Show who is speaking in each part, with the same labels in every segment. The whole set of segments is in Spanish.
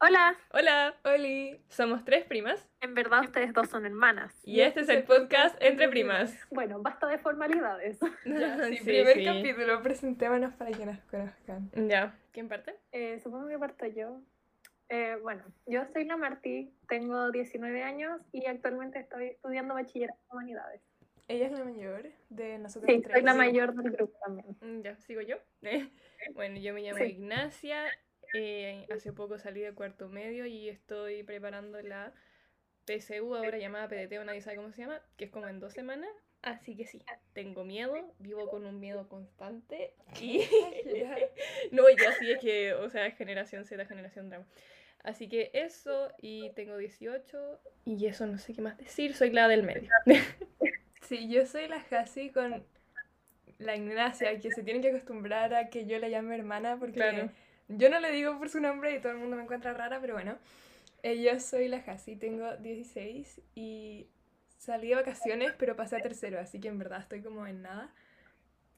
Speaker 1: Hola,
Speaker 2: Hola, Oli. Somos tres primas
Speaker 1: en verdad ustedes dos son hermanas.
Speaker 2: y este es el podcast Entre Primas.
Speaker 1: Bueno, basta de formalidades.
Speaker 2: Sí,
Speaker 3: primer
Speaker 2: sí.
Speaker 3: capítulo, presentémonos para que nos conozcan.
Speaker 2: Ya, ¿quién parte?
Speaker 1: Eh, supongo que parto yo. Eh, bueno, yo soy la Martí, tengo 19 años y actualmente estoy estudiando bachillerato en humanidades.
Speaker 3: Ella es la mayor de nosotros
Speaker 1: Sí,
Speaker 3: tres.
Speaker 1: soy la mayor del grupo también.
Speaker 2: Mm, Ya, sigo yo. Bueno, yo me llamo
Speaker 1: Sí.
Speaker 2: Ignacia. eh, hace poco salí de cuarto medio y estoy preparando la PSU, ahora llamada PDT o nadie sabe cómo se llama, que es como en dos semanas. Así que sí, tengo miedo, vivo con un miedo constante y
Speaker 3: Ya.
Speaker 2: No, ya sí es que, o sea, generación Z, generación drama. Así que eso, y tengo 18, y eso no sé qué más decir, soy la del medio.
Speaker 3: Sí, yo soy la Jasi con la Ignacia, que se tiene que acostumbrar a que yo la llame hermana porque
Speaker 2: Claro.
Speaker 3: yo no le digo por su nombre y todo el mundo me encuentra rara, pero bueno. Eh, yo soy la Jasi, tengo 16 y salí de vacaciones, pero pasé a tercero, así que en verdad estoy como en nada.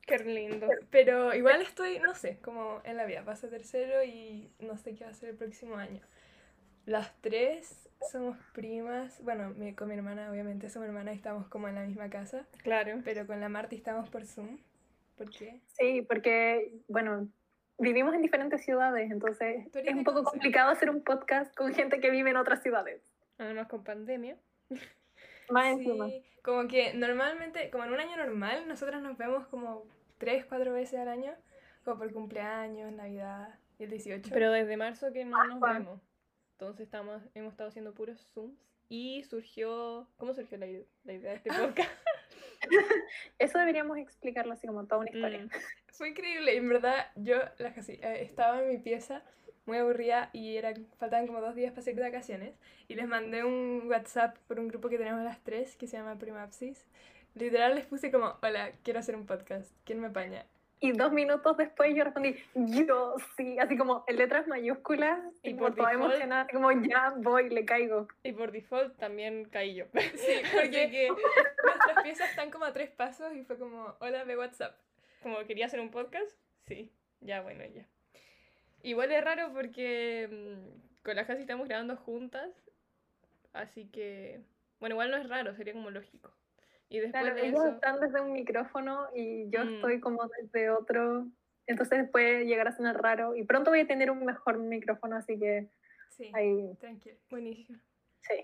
Speaker 2: Qué lindo.
Speaker 3: Pero igual estoy, no sé, como en la vida, pasé a tercero y no sé qué va a ser el próximo año. Las tres somos primas, bueno, mi- con mi hermana obviamente somos hermanas y estamos como en la misma casa.
Speaker 2: Claro.
Speaker 3: Pero con la Marti estamos por Zoom. ¿Por qué?
Speaker 1: Sí, porque, bueno, vivimos en diferentes ciudades, entonces
Speaker 3: Tú eres
Speaker 1: es
Speaker 3: de
Speaker 1: un poco
Speaker 3: Conce.
Speaker 1: complicado hacer un podcast con gente que vive en otras ciudades.
Speaker 2: Además con pandemia.
Speaker 1: Más
Speaker 3: Sí,
Speaker 1: encima.
Speaker 3: como que normalmente, como en un año normal, nosotras nos vemos como tres, cuatro veces al año, como por cumpleaños, Navidad y el 18.
Speaker 2: Pero desde marzo que no nos
Speaker 1: Ajá.
Speaker 2: vemos. Entonces estamos, hemos estado haciendo puros Zooms. Y surgió, ¿cómo surgió la, i- la idea de este podcast?
Speaker 1: Eso deberíamos explicarlo así como toda una historia.
Speaker 2: Mm,
Speaker 3: fue increíble. En verdad, yo la casi, eh, estaba en mi pieza muy aburrida y era, faltaban como dos días para salir de vacaciones. Y les mandé un WhatsApp por un grupo que tenemos las tres que se llama Primapsis. Literal les puse como, hola, quiero hacer un podcast. ¿Quién me apaña?
Speaker 1: Y dos minutos después yo respondí, yo sí, así como en letras mayúsculas,
Speaker 2: Y
Speaker 1: y
Speaker 2: por
Speaker 1: por toda
Speaker 2: default-
Speaker 1: emocionada, así como ya voy, le caigo.
Speaker 2: Y por default también caí yo.
Speaker 3: Sí, porque
Speaker 2: Así que
Speaker 3: Nuestras piezas están como a tres pasos y fue como, hola, ve WhatsApp.
Speaker 2: como quería hacer un podcast, sí, ya bueno, ya. Igual es raro porque mm, con la Jasi estamos grabando juntas, así que, bueno, igual no es raro, sería como lógico. Y después
Speaker 1: Claro,
Speaker 2: de
Speaker 1: ellos
Speaker 2: eso,
Speaker 1: están desde un micrófono y yo
Speaker 2: Mm.
Speaker 1: estoy como desde otro. Entonces puede llegar a sonar raro. Y pronto voy a tener un mejor micrófono, así que
Speaker 3: Sí,
Speaker 1: ahí,
Speaker 3: tranquilo.
Speaker 2: buenísimo.
Speaker 1: sí.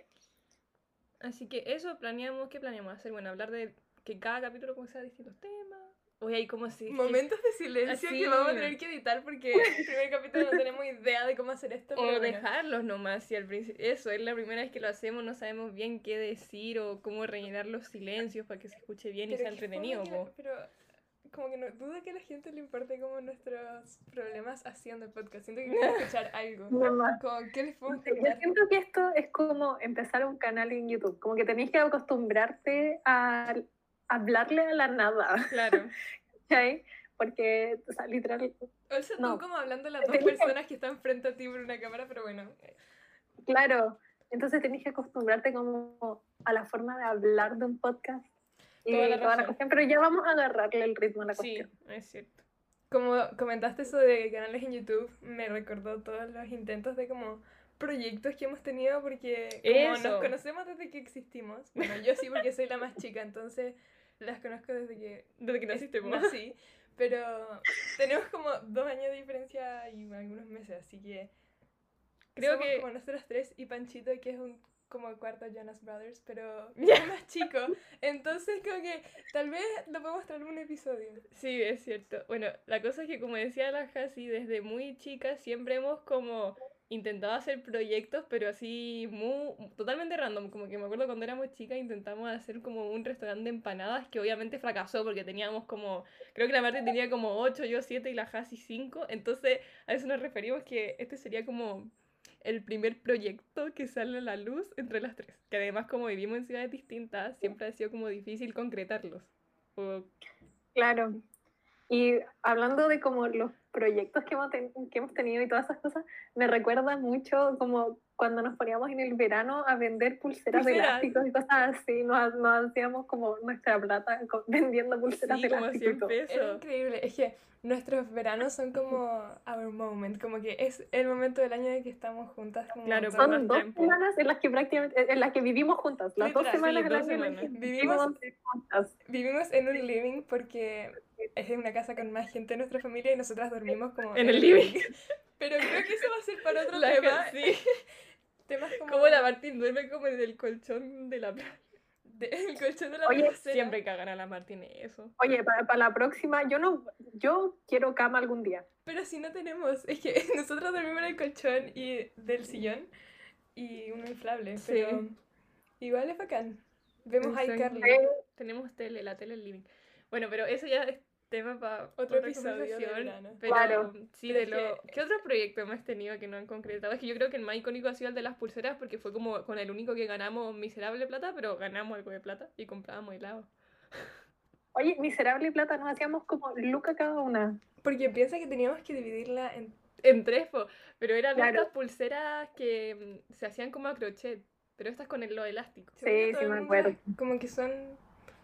Speaker 2: Así que eso planeamos, ¿qué planeamos hacer? Bueno, hablar de que cada capítulo como sea distintos temas. Hoy hay como si...
Speaker 3: Momentos de silencio
Speaker 2: Así.
Speaker 3: que vamos a tener que editar porque en el primer capítulo no tenemos idea de cómo hacer esto.
Speaker 2: O
Speaker 3: pero bueno.
Speaker 2: dejarlos nomás, si al principio... Eso, es la primera vez que lo hacemos, no sabemos bien qué decir o cómo rellenar los silencios para que se escuche bien y
Speaker 3: Pero
Speaker 2: sea
Speaker 3: qué fome
Speaker 2: entretenido.
Speaker 3: que-
Speaker 2: po.
Speaker 3: pero como que no dudo que a la gente le importe como nuestros problemas haciendo el podcast. Siento que quieren escuchar algo.
Speaker 1: Mamá.
Speaker 3: Como, ¿qué les podemos
Speaker 1: No sé, Yo
Speaker 3: contar?
Speaker 1: siento que esto es como empezar un canal en YouTube, como que tenés que acostumbrarte a hablarle a la nada,
Speaker 2: Claro.
Speaker 1: ¿cachai? Porque, o sea, literal,
Speaker 3: Olsa,
Speaker 1: No.
Speaker 3: tú como hablando a las dos
Speaker 1: Tenía-
Speaker 3: personas que están frente a ti por una cámara, pero bueno.
Speaker 1: Claro, entonces tenés que acostumbrarte como a la forma de hablar de un podcast y
Speaker 2: Toda la
Speaker 1: toda la
Speaker 2: razón.
Speaker 1: cuestión, pero ya vamos a agarrarle el ritmo a la
Speaker 2: Sí,
Speaker 1: cuestión.
Speaker 2: es cierto.
Speaker 3: Como comentaste eso de canales en YouTube, me recordó todos los intentos de como proyectos que hemos tenido porque como
Speaker 2: Eso.
Speaker 3: nos conocemos desde que existimos. Bueno, yo sí porque soy la más chica, entonces las conozco desde que
Speaker 2: Desde que naciste, po.
Speaker 3: nací, pero tenemos como dos años de diferencia y algunos meses, así que
Speaker 2: Creo
Speaker 3: somos
Speaker 2: que-
Speaker 3: como nosotros tres y Panchito que es un como el cuarto Jonas Brothers, pero es más chico, entonces creo que tal vez lo podemos traer en un episodio.
Speaker 2: Sí, es cierto. Bueno, la cosa es que como decía la Hasi, desde muy chica siempre hemos como intentado hacer proyectos, pero así muy totalmente random, como que me acuerdo cuando éramos chicas intentamos hacer como un restaurante de empanadas que obviamente fracasó porque teníamos como creo que la Marta tenía como 8, yo 7 y la Hasi 5, entonces a eso nos referimos que este sería como el primer proyecto que sale a la luz entre las tres, que además como vivimos en ciudades distintas, siempre ha sido como difícil concretarlos. O
Speaker 1: Claro. Y hablando de como los proyectos que hemos, ten- que hemos tenido y todas esas cosas, me recuerda mucho como cuando nos poníamos en el verano a vender pulseras, de
Speaker 2: Pulseras.
Speaker 1: elásticos y cosas así, nos, nos hacíamos como nuestra plata co- vendiendo pulseras
Speaker 2: Sí,
Speaker 1: de
Speaker 2: como 100
Speaker 1: elástico.
Speaker 3: Era
Speaker 2: pesos.
Speaker 3: increíble, es que nuestros veranos son como our moment, como que es el momento del año en que estamos juntas. como
Speaker 2: Claro,
Speaker 3: todas.
Speaker 2: por
Speaker 1: Son
Speaker 2: más
Speaker 1: dos
Speaker 2: tiempo.
Speaker 1: semanas en las que prácticamente, en las que vivimos juntas, las dos
Speaker 3: Literal, sí,
Speaker 1: semanas
Speaker 2: dos
Speaker 1: en las que
Speaker 2: semanas.
Speaker 1: vivimos juntas.
Speaker 3: Vivimos en un living porque es una casa con más gente de nuestra familia y nosotras dormimos como...
Speaker 2: En el living.
Speaker 3: Pero creo que eso va a ser para otro
Speaker 2: La
Speaker 3: tema.
Speaker 2: ca- sí.
Speaker 3: Temas como...
Speaker 2: Como la Martín duerme como en el colchón de la playa.
Speaker 3: de- el colchón de la
Speaker 1: Oye,
Speaker 3: tercera.
Speaker 2: Siempre cagan a la Martín eso.
Speaker 1: Oye, para, para la próxima, yo no, yo quiero cama algún día.
Speaker 3: Pero si no tenemos, es que nosotros dormimos en el colchón y del sillón y un inflable,
Speaker 2: Sí.
Speaker 3: pero igual es bacán. Vemos a
Speaker 2: Exacto.
Speaker 3: iCarly.
Speaker 1: Eh,
Speaker 2: Tenemos tele, la tele en living. Bueno, pero eso ya es tema para
Speaker 3: Otro
Speaker 2: otra
Speaker 3: episodio de
Speaker 2: conversación,
Speaker 3: verano.
Speaker 2: Pero
Speaker 1: Claro.
Speaker 2: sí,
Speaker 3: Pero
Speaker 2: de
Speaker 3: es
Speaker 2: lo... ¿Qué otro proyecto hemos tenido que no han concretado? Es que yo creo que el más icónico ha sido el de las pulseras porque fue como con el único que ganamos miserable plata, pero ganamos algo de plata y comprábamos helado.
Speaker 1: Oye, miserable plata, nos hacíamos como luca cada una.
Speaker 3: Porque piensa que teníamos que dividirla en...
Speaker 2: En tres, po. pero eran
Speaker 1: Claro.
Speaker 2: estas pulseras que mm, se hacían como a crochet, pero estas con el, lo elástico.
Speaker 3: según yo,
Speaker 1: Sí,
Speaker 3: todo
Speaker 1: sí
Speaker 3: el
Speaker 1: me
Speaker 3: mundo las-
Speaker 1: acuerdo.
Speaker 3: Como que son...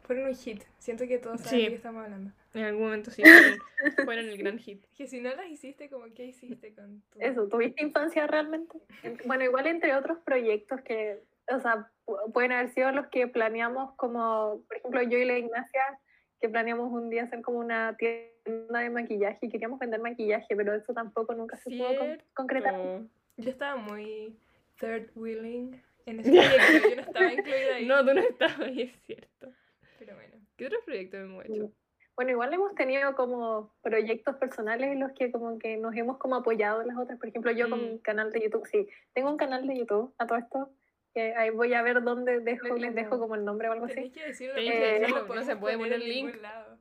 Speaker 3: Fueron un hit. Siento que todos saben
Speaker 2: Sí.
Speaker 3: de qué estamos hablando.
Speaker 2: En algún momento sí fueron, fueron el gran hit.
Speaker 3: Que si no las hiciste, como qué hiciste con tu...
Speaker 1: Eso, ¿tuviste infancia realmente? Bueno, igual entre otros proyectos que, o sea, pu- pueden haber sido los que planeamos como, por ejemplo, yo y la Ignacia, que planeamos un día hacer como una tienda de maquillaje y queríamos vender maquillaje, pero eso tampoco nunca se pudo con-
Speaker 2: Cierto.
Speaker 1: concretar.
Speaker 3: Yo estaba muy third wheeling en ese proyecto. Yo no estaba incluida ahí.
Speaker 2: No, tú no estabas, ahí, es cierto.
Speaker 3: Pero bueno.
Speaker 2: ¿Qué otros proyectos hemos hecho?
Speaker 1: Bueno, igual hemos tenido como proyectos personales en los que como que nos hemos como apoyado las otras. Por ejemplo, yo con
Speaker 2: Mm.
Speaker 1: mi canal de YouTube, sí, tengo un canal de YouTube a todo esto, que ahí voy a ver dónde dejo,
Speaker 3: Le-
Speaker 1: les dejo como el nombre o algo así.
Speaker 3: Tenéis que decirlo.
Speaker 2: Tenéis
Speaker 1: que
Speaker 3: porque
Speaker 1: decirlo,
Speaker 3: lo
Speaker 2: no
Speaker 3: podemos
Speaker 2: se puede poner
Speaker 3: en ningún
Speaker 2: link.
Speaker 3: lado.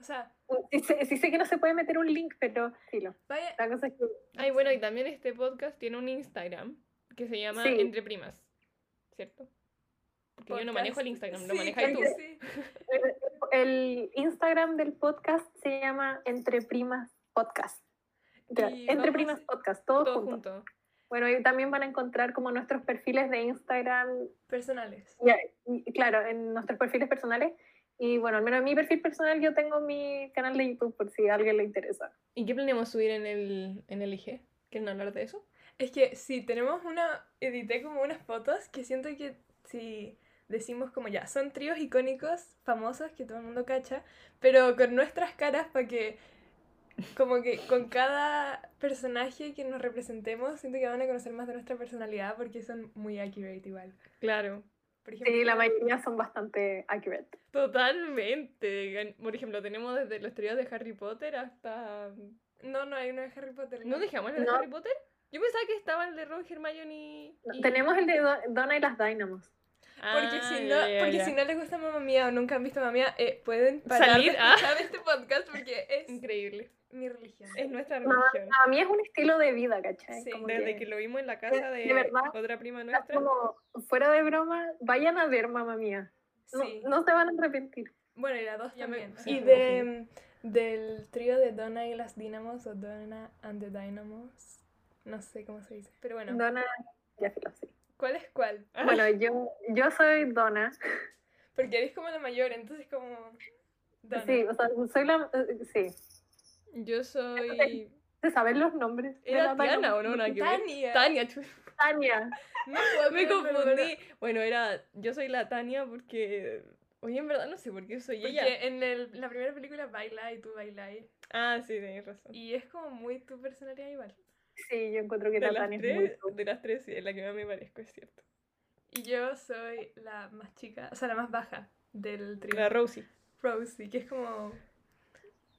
Speaker 3: O sea,
Speaker 1: Sí, sé- sí sé que no se puede meter un link, pero sí, lo-
Speaker 3: vaya...
Speaker 1: la cosa es que
Speaker 2: Ay, bueno, y también este podcast tiene un Instagram que se llama
Speaker 1: Sí.
Speaker 2: Entre Primas, ¿cierto? Porque yo no manejo el Instagram, lo
Speaker 3: Sí,
Speaker 2: manejas
Speaker 3: creo
Speaker 2: tú.
Speaker 3: que sí.
Speaker 1: el Instagram del podcast se llama Entre Primas Podcast. Ya,
Speaker 3: Y
Speaker 1: Entre
Speaker 3: vamos-
Speaker 1: Primas Podcast, todo,
Speaker 2: Todo
Speaker 1: junto.
Speaker 2: junto.
Speaker 1: Bueno, y también van a encontrar como nuestros perfiles de Instagram,
Speaker 3: Personales.
Speaker 1: ya, y- claro, en nuestros perfiles personales. Y bueno, al menos en mi perfil personal yo tengo mi canal de YouTube por si a alguien le interesa.
Speaker 2: ¿Y qué planeamos subir en el, en el IG? ¿Quieren hablar de eso?
Speaker 3: Es que sí, tenemos una... Edité como unas fotos que siento que si decimos como ya, son tríos icónicos, famosos, que todo el mundo cacha, pero con nuestras caras para que... Como que con cada personaje que nos representemos, siento que van a conocer más de nuestra personalidad porque son muy accurate igual.
Speaker 2: Claro.
Speaker 3: Por ejemplo,
Speaker 1: Sí, la mayoría son bastante accurate.
Speaker 2: Totalmente. Gan- Por ejemplo, tenemos desde los tríos de Harry Potter hasta...
Speaker 3: No, no, hay uno de Harry Potter.
Speaker 2: ¿No dejamos el de
Speaker 1: No.
Speaker 2: Harry Potter? Yo pensaba que estaba el de Ron, Hermione y... y-
Speaker 1: Tenemos el de Do- Donna y las Dynamos.
Speaker 3: Porque,
Speaker 2: Ah,
Speaker 3: si, no,
Speaker 2: ya, ya,
Speaker 3: porque
Speaker 2: ya.
Speaker 3: si no les gusta Mamma Mía o nunca han visto Mamma Mía, eh, pueden parar
Speaker 2: Salir,
Speaker 3: de
Speaker 2: ah.
Speaker 3: escuchar este podcast porque es
Speaker 2: Increíble.
Speaker 3: mi religión.
Speaker 2: Es nuestra
Speaker 1: Mamá,
Speaker 2: religión.
Speaker 1: A mí es un estilo de vida, ¿cachai?
Speaker 3: Sí,
Speaker 1: Como
Speaker 2: Desde
Speaker 1: que-
Speaker 2: que lo vimos en la casa de,
Speaker 1: de verdad,
Speaker 2: otra prima
Speaker 1: Ah,
Speaker 2: nuestra.
Speaker 1: Como fuera de broma, vayan a ver, mamá mía. No,
Speaker 3: Sí.
Speaker 1: no se van a arrepentir.
Speaker 3: Bueno, y la dos
Speaker 2: Ya me-
Speaker 3: también.
Speaker 2: sí,
Speaker 3: y
Speaker 2: me
Speaker 3: de, del trío de Donna y las Dynamos o Donna and the Dynamos. No sé cómo se dice. Pero bueno,
Speaker 1: Donna, ya sí lo sé.
Speaker 3: ¿cuál es cuál?
Speaker 2: Ah.
Speaker 1: Bueno, yo, yo soy Donna.
Speaker 3: Porque eres como la mayor, entonces como... Donna.
Speaker 1: Sí, o sea, soy la. eh, Sí.
Speaker 2: Yo soy.
Speaker 1: ¿Se saben los nombres? de
Speaker 2: ¿Era
Speaker 1: las Dynamos?
Speaker 2: Tiana o no? Nada que ver.
Speaker 3: Tania.
Speaker 2: Tania, chu-
Speaker 1: Tania.
Speaker 3: No puedo
Speaker 2: me
Speaker 3: creer, pero bueno,
Speaker 2: confundí. Bueno, era. Yo soy la Tania porque. Oye, en verdad no sé por qué soy ella.
Speaker 3: Porque en el- la primera película baila y tú bailas.
Speaker 2: Ah, sí, tenés razón.
Speaker 3: Y es como muy tu personalidad igual.
Speaker 1: Sí, yo encuentro que
Speaker 2: De
Speaker 1: la
Speaker 2: las,
Speaker 1: Tania es muy
Speaker 2: tres,
Speaker 1: cool.
Speaker 2: de las tres, sí, es la que más me parezco, es cierto.
Speaker 3: Y yo soy la más chica, o sea, la más baja del trío.
Speaker 2: La Rosie.
Speaker 3: Rosie, que es como...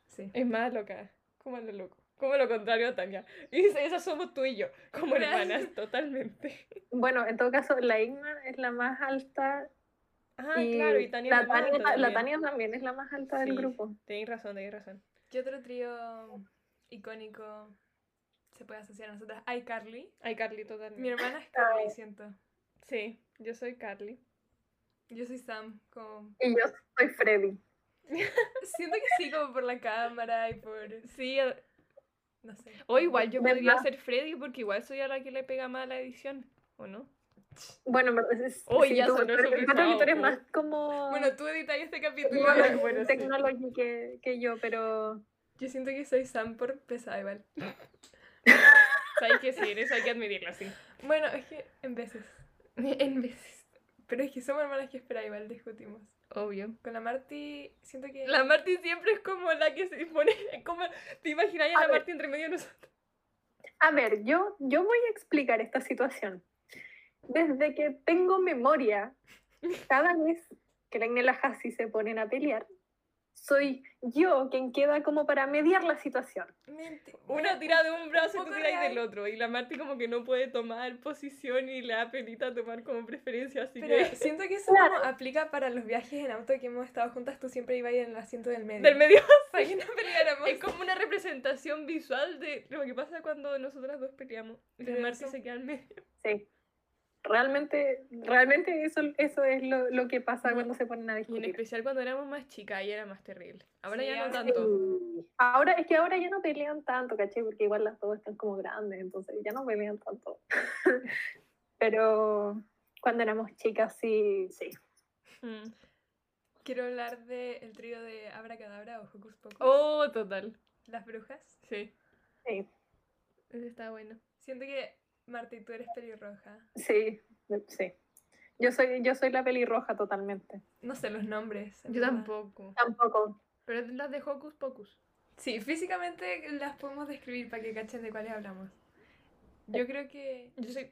Speaker 3: Sí.
Speaker 2: Es más loca. Como lo loco. Como lo contrario a Tania. Y es- esas somos tú y yo. Como
Speaker 3: Claro.
Speaker 2: hermanas, totalmente.
Speaker 1: Bueno, en todo caso, la Igna es la más alta.
Speaker 2: Ah,
Speaker 1: y
Speaker 2: claro, y Tania.
Speaker 1: la,
Speaker 2: es la más
Speaker 1: Tania,
Speaker 2: alta
Speaker 1: la
Speaker 2: también.
Speaker 1: Tania también es la más alta
Speaker 2: Sí.
Speaker 1: del grupo.
Speaker 2: Tenéis razón, tenéis razón.
Speaker 3: ¿Qué otro trío icónico se puede asociar a nosotras? Hay Carly.
Speaker 2: Ay, Carly,
Speaker 3: Mi
Speaker 2: totalmente.
Speaker 3: hermana es Carly, siento.
Speaker 2: Sí, yo soy Carly.
Speaker 3: Yo soy Sam, como...
Speaker 1: Y yo soy Freddy.
Speaker 3: Siento que sí, como por la cámara y por...
Speaker 2: Sí, a-
Speaker 3: No sé.
Speaker 2: O igual yo
Speaker 1: ¿Verdad?
Speaker 2: podría ser Freddy porque igual soy a la que le pega más la edición. ¿o no?
Speaker 1: Bueno, en verdad, es-
Speaker 2: Uy,
Speaker 1: sí,
Speaker 2: ya
Speaker 1: tú-
Speaker 2: sonó
Speaker 1: pero
Speaker 2: súper
Speaker 1: encuentro que tú eres
Speaker 2: fao,
Speaker 1: más como
Speaker 3: Bueno, tú editas este capítulo.
Speaker 1: más
Speaker 2: Bueno, bueno, sí.
Speaker 1: technology que, que yo, pero
Speaker 3: Yo siento que soy Sam por pesada igual.
Speaker 2: Hay que sí, en eso hay que admitirlo, sí.
Speaker 3: Bueno, es que en veces.
Speaker 2: En veces.
Speaker 3: Pero es que somos hermanas que espera igual discutimos.
Speaker 2: Obvio.
Speaker 3: Con la Marti siento que...
Speaker 2: La Martín siempre es como la que se pone. Como, ¿Te imaginas a
Speaker 1: A
Speaker 2: la
Speaker 1: ver.
Speaker 2: Martín entre medio de nosotros?
Speaker 1: A ver, yo, yo voy a explicar esta situación. Desde que tengo memoria, cada vez que la Ina y la Hasi se ponen a pelear, soy yo quien queda como para mediar la situación.
Speaker 3: Menti-
Speaker 2: Una tira de un brazo y
Speaker 3: poco
Speaker 2: tú tiras
Speaker 3: real.
Speaker 2: del otro. Y la Martín como que no puede tomar posición y la pelita tomar como preferencia, así
Speaker 3: Pero
Speaker 2: que.
Speaker 3: siento que eso
Speaker 1: Claro.
Speaker 3: como aplica para los viajes en auto que hemos estado juntas. Tú siempre ibas en el asiento del medio.
Speaker 2: Del medio.
Speaker 3: Para que no peleáramos.
Speaker 2: Es como una representación visual de lo que pasa cuando nosotras dos peleamos. Y la
Speaker 3: Pero
Speaker 2: Martín
Speaker 3: eso-
Speaker 2: se queda al medio.
Speaker 1: Sí. Realmente, realmente eso, eso es lo, lo que pasa
Speaker 2: No.
Speaker 1: cuando se ponen a
Speaker 2: Y en
Speaker 1: discutir.
Speaker 2: especial cuando éramos más chicas y era más terrible. Ahora
Speaker 3: Sí,
Speaker 2: ya no
Speaker 3: ahora sí.
Speaker 2: tanto.
Speaker 1: Sí. Ahora, es que ahora ya no pelean tanto, ¿cachai? Porque igual las dos están como grandes, entonces ya no pelean tanto. Pero cuando éramos chicas, sí, sí.
Speaker 2: Mm.
Speaker 3: Quiero hablar del trío de Abracadabra o Hocus Pocus.
Speaker 2: Oh, total.
Speaker 3: Las brujas.
Speaker 2: Sí.
Speaker 1: Sí.
Speaker 2: Eso está bueno.
Speaker 3: Siento que, Marti, tú eres pelirroja.
Speaker 1: Sí, sí. Yo soy, yo soy la pelirroja totalmente.
Speaker 3: No sé los nombres. en
Speaker 2: Yo
Speaker 3: verdad.
Speaker 2: tampoco.
Speaker 1: Tampoco.
Speaker 2: Pero es de las de Hocus Pocus.
Speaker 3: Sí, físicamente las podemos describir para que cachen de cuáles hablamos. Yo creo que...
Speaker 2: Yo soy,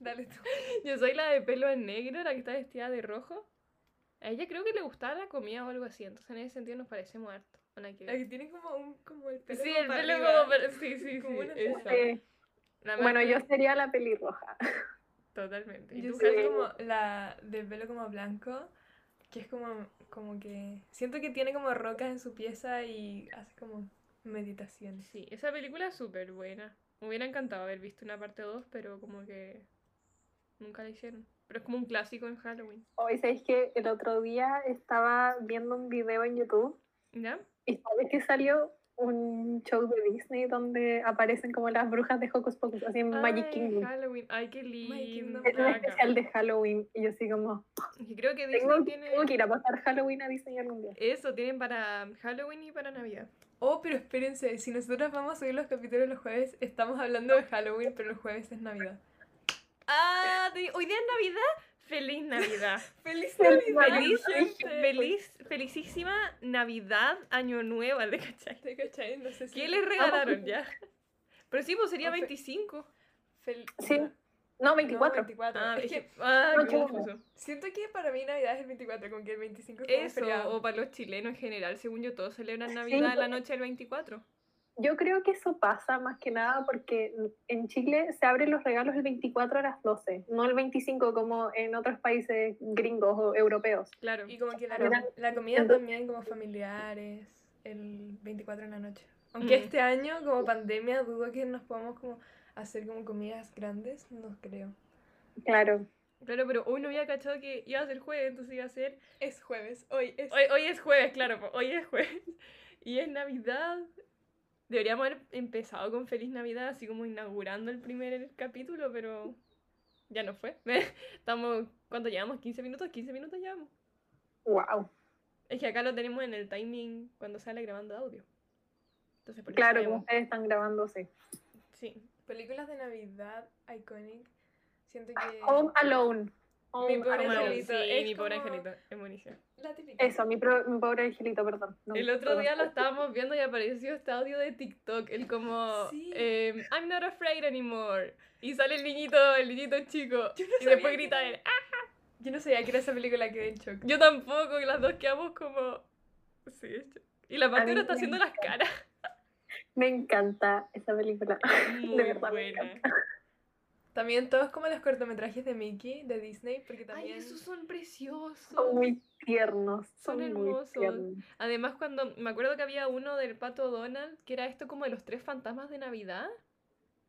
Speaker 3: Dale tú.
Speaker 2: yo soy la de pelo en negro, la que está vestida de rojo. A ella creo que le gustaba la comida o algo así, entonces en ese sentido nos parecemos harto. Nada que
Speaker 3: La que
Speaker 2: ver.
Speaker 3: tiene como un... Como el pelo
Speaker 2: Sí,
Speaker 3: como
Speaker 2: el
Speaker 3: para
Speaker 2: pelo
Speaker 3: arriba.
Speaker 2: como para- Sí, sí, sí.
Speaker 3: Como una
Speaker 2: esa.
Speaker 1: Sí.
Speaker 2: La
Speaker 1: Bueno,
Speaker 2: Marta,
Speaker 1: yo sería la pelirroja.
Speaker 2: Totalmente. ¿Y
Speaker 3: Yo
Speaker 2: tú,
Speaker 3: soy
Speaker 2: Jazz?
Speaker 3: como la del pelo como blanco, que es como, como que... Siento que tiene como rocas en su pieza y hace como meditaciones.
Speaker 2: Sí, esa película es súper buena. Me hubiera encantado haber visto una parte 2, pero como que nunca la hicieron. Pero es como un clásico en Halloween.
Speaker 1: Hoy sabéis que el otro día estaba viendo un video en YouTube
Speaker 2: ¿Ya?
Speaker 1: y sabes que salió un show de Disney donde aparecen como las brujas de Hocus Pocus, así en Magic
Speaker 2: Ay,
Speaker 1: Kingdom.
Speaker 2: Halloween. Ay, qué lindo.
Speaker 3: Kingdom.
Speaker 1: Es un
Speaker 3: Acá.
Speaker 1: especial de Halloween y yo así como,
Speaker 2: Y creo que Disney
Speaker 1: tengo,
Speaker 2: tiene...
Speaker 1: tengo que ir a pasar Halloween a Disney algún día.
Speaker 2: Eso, tienen para Halloween y para Navidad.
Speaker 3: Oh, pero espérense, si nosotros vamos a subir los capítulos los jueves, estamos hablando de Halloween, pero el jueves es Navidad.
Speaker 2: Ah, te- hoy día es Navidad. Feliz Navidad.
Speaker 3: ¡Feliz
Speaker 1: Feliz
Speaker 3: Navidad!
Speaker 2: feliz,
Speaker 3: gente!
Speaker 2: feliz, felicísima Navidad, Año Nuevo, ¿le cachai?
Speaker 3: ¿Te cachai? No sé si...
Speaker 2: ¿Qué les regalaron ya? Pero sí, pues sería
Speaker 3: Ofe-
Speaker 2: 25.
Speaker 3: Fel-
Speaker 1: Sí,
Speaker 3: no,
Speaker 1: No, 24.
Speaker 3: 24.
Speaker 2: Ah,
Speaker 3: es que
Speaker 2: ah,
Speaker 1: no,
Speaker 2: qué
Speaker 1: yo-
Speaker 2: confuso.
Speaker 3: siento que para mí Navidad es el 24, con que el 25 es como
Speaker 2: Eso,
Speaker 3: feriado.
Speaker 2: o para los chilenos en general, según yo, todos celebran Navidad la noche del 24.
Speaker 1: Yo creo que eso pasa más que nada porque en Chile se abren los regalos el 24 a las 12, no el 25 como en otros países gringos o europeos.
Speaker 2: Claro.
Speaker 3: Y como que la,
Speaker 1: Claro.
Speaker 3: comi- la comida
Speaker 1: Entonces-
Speaker 3: también, como familiares, el 24 en la noche. Aunque
Speaker 2: Mm.
Speaker 3: este año, como pandemia, dudo que nos podamos como hacer como comidas grandes, no creo.
Speaker 1: Claro.
Speaker 2: Claro, pero hoy no había cachado que iba a ser jueves, entonces iba a ser
Speaker 3: Es jueves, hoy es...
Speaker 2: Hoy, hoy es jueves, claro, po, hoy es jueves. Y es Navidad. Deberíamos haber empezado con Feliz Navidad, así como inaugurando el primer capítulo, pero ya no fue. Estamos, ¿cuánto llevamos? ¿15 minutos? ¿15 minutos llevamos?
Speaker 1: Wow.
Speaker 2: Es que acá lo tenemos en el timing cuando sale grabando audio. Entonces, por eso
Speaker 1: Claro, como
Speaker 2: sabemos.
Speaker 1: ustedes están grabando, sí.
Speaker 2: Sí.
Speaker 3: Películas de Navidad, iconic. Siento que...
Speaker 1: Home Alone. Home
Speaker 3: Mi pobre
Speaker 1: Alone.
Speaker 2: Oh, Bueno,
Speaker 3: angelito,
Speaker 2: sí,
Speaker 3: es
Speaker 2: mi pobre
Speaker 3: como-
Speaker 2: angelito, es buenísimo.
Speaker 3: La típica.
Speaker 1: Eso, mi, pro- mi pobre angelito, perdón. No,
Speaker 2: El otro
Speaker 1: perdón.
Speaker 2: día lo estábamos viendo y apareció este audio de TikTok, el como
Speaker 3: Sí.
Speaker 2: em, I'm not afraid anymore. Y sale el niñito, el niñito chico. y
Speaker 3: sabía que
Speaker 2: después grita
Speaker 3: era-
Speaker 2: él. "Ah".
Speaker 3: Yo no sabía que era esa película, quedé en shock.
Speaker 2: Yo tampoco, y las dos quedamos como. Sí, es ch- Y la parte
Speaker 1: mí
Speaker 2: no está
Speaker 1: me
Speaker 2: haciendo las caras.
Speaker 1: Me encanta esa película.
Speaker 2: Muy
Speaker 1: verdad, me
Speaker 2: buena.
Speaker 3: También todos como los cortometrajes de Mickey, de Disney, porque también...
Speaker 2: son preciosos.
Speaker 1: Son muy tiernos.
Speaker 2: Son
Speaker 1: Son,
Speaker 2: hermosos.
Speaker 1: hermosos.
Speaker 2: Además, cuando me acuerdo que había uno del pato Donald, que era esto como de los tres fantasmas de Navidad.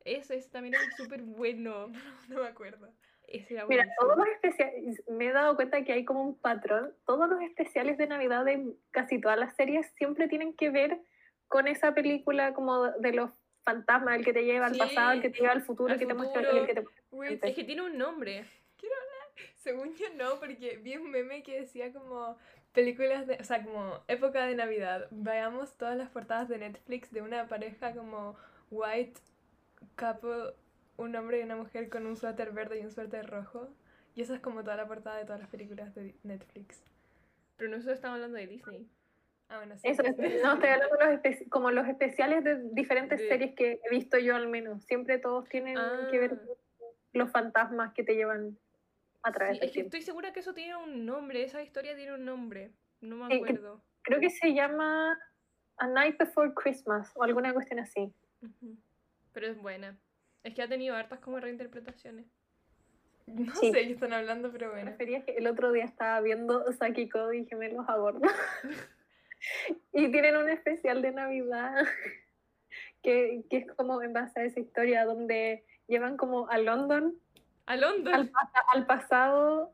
Speaker 2: Ese, ese también era súper bueno.
Speaker 3: No me acuerdo.
Speaker 2: Ese era
Speaker 1: Mira,
Speaker 2: buenísimo.
Speaker 1: todos los especiales, me he dado cuenta que hay como un patrón. Todos los especiales de Navidad de casi todas las series siempre tienen que ver con esa película como de los fantasma, el que te lleva al
Speaker 2: Sí,
Speaker 1: pasado, el que te lleva al futuro,
Speaker 2: al
Speaker 1: el que te muestra
Speaker 2: futuro.
Speaker 1: el que te
Speaker 3: Weird.
Speaker 2: Es que tiene un nombre.
Speaker 3: Según yo no, porque vi un meme que decía como películas de, o sea, como época de Navidad. Veamos todas las portadas de Netflix de una pareja como white couple, un hombre y una mujer con un suéter verde y un suéter rojo. Y esa es como toda la portada de todas las películas de Netflix.
Speaker 2: Pero nosotros estamos hablando de Disney.
Speaker 3: Ah, bueno, sí.
Speaker 1: Eso es, no estoy hablando de los espe- como los especiales de diferentes
Speaker 2: De-
Speaker 1: series que he visto yo al menos. Siempre todos tienen que ver
Speaker 2: Ah.
Speaker 1: los fantasmas que te llevan a través
Speaker 2: Sí,
Speaker 1: del
Speaker 2: es que
Speaker 1: tiempo.
Speaker 2: estoy segura que eso tiene un nombre, esa historia tiene un nombre. No me
Speaker 1: Sí, que-
Speaker 2: acuerdo.
Speaker 1: Creo que se llama A Night Before Christmas o alguna cuestión así.
Speaker 2: Ujú. Pero es buena. Es que ha tenido hartas como reinterpretaciones.
Speaker 3: No
Speaker 1: Sí.
Speaker 3: sé qué están hablando, pero
Speaker 1: Me
Speaker 3: bueno.
Speaker 1: refería que el otro día estaba viendo Saki Cody y Gemelos a bordo. y tienen un especial de Navidad que, que es como en base a esa historia donde llevan como a London
Speaker 2: A Londres.
Speaker 1: Al- al pasado,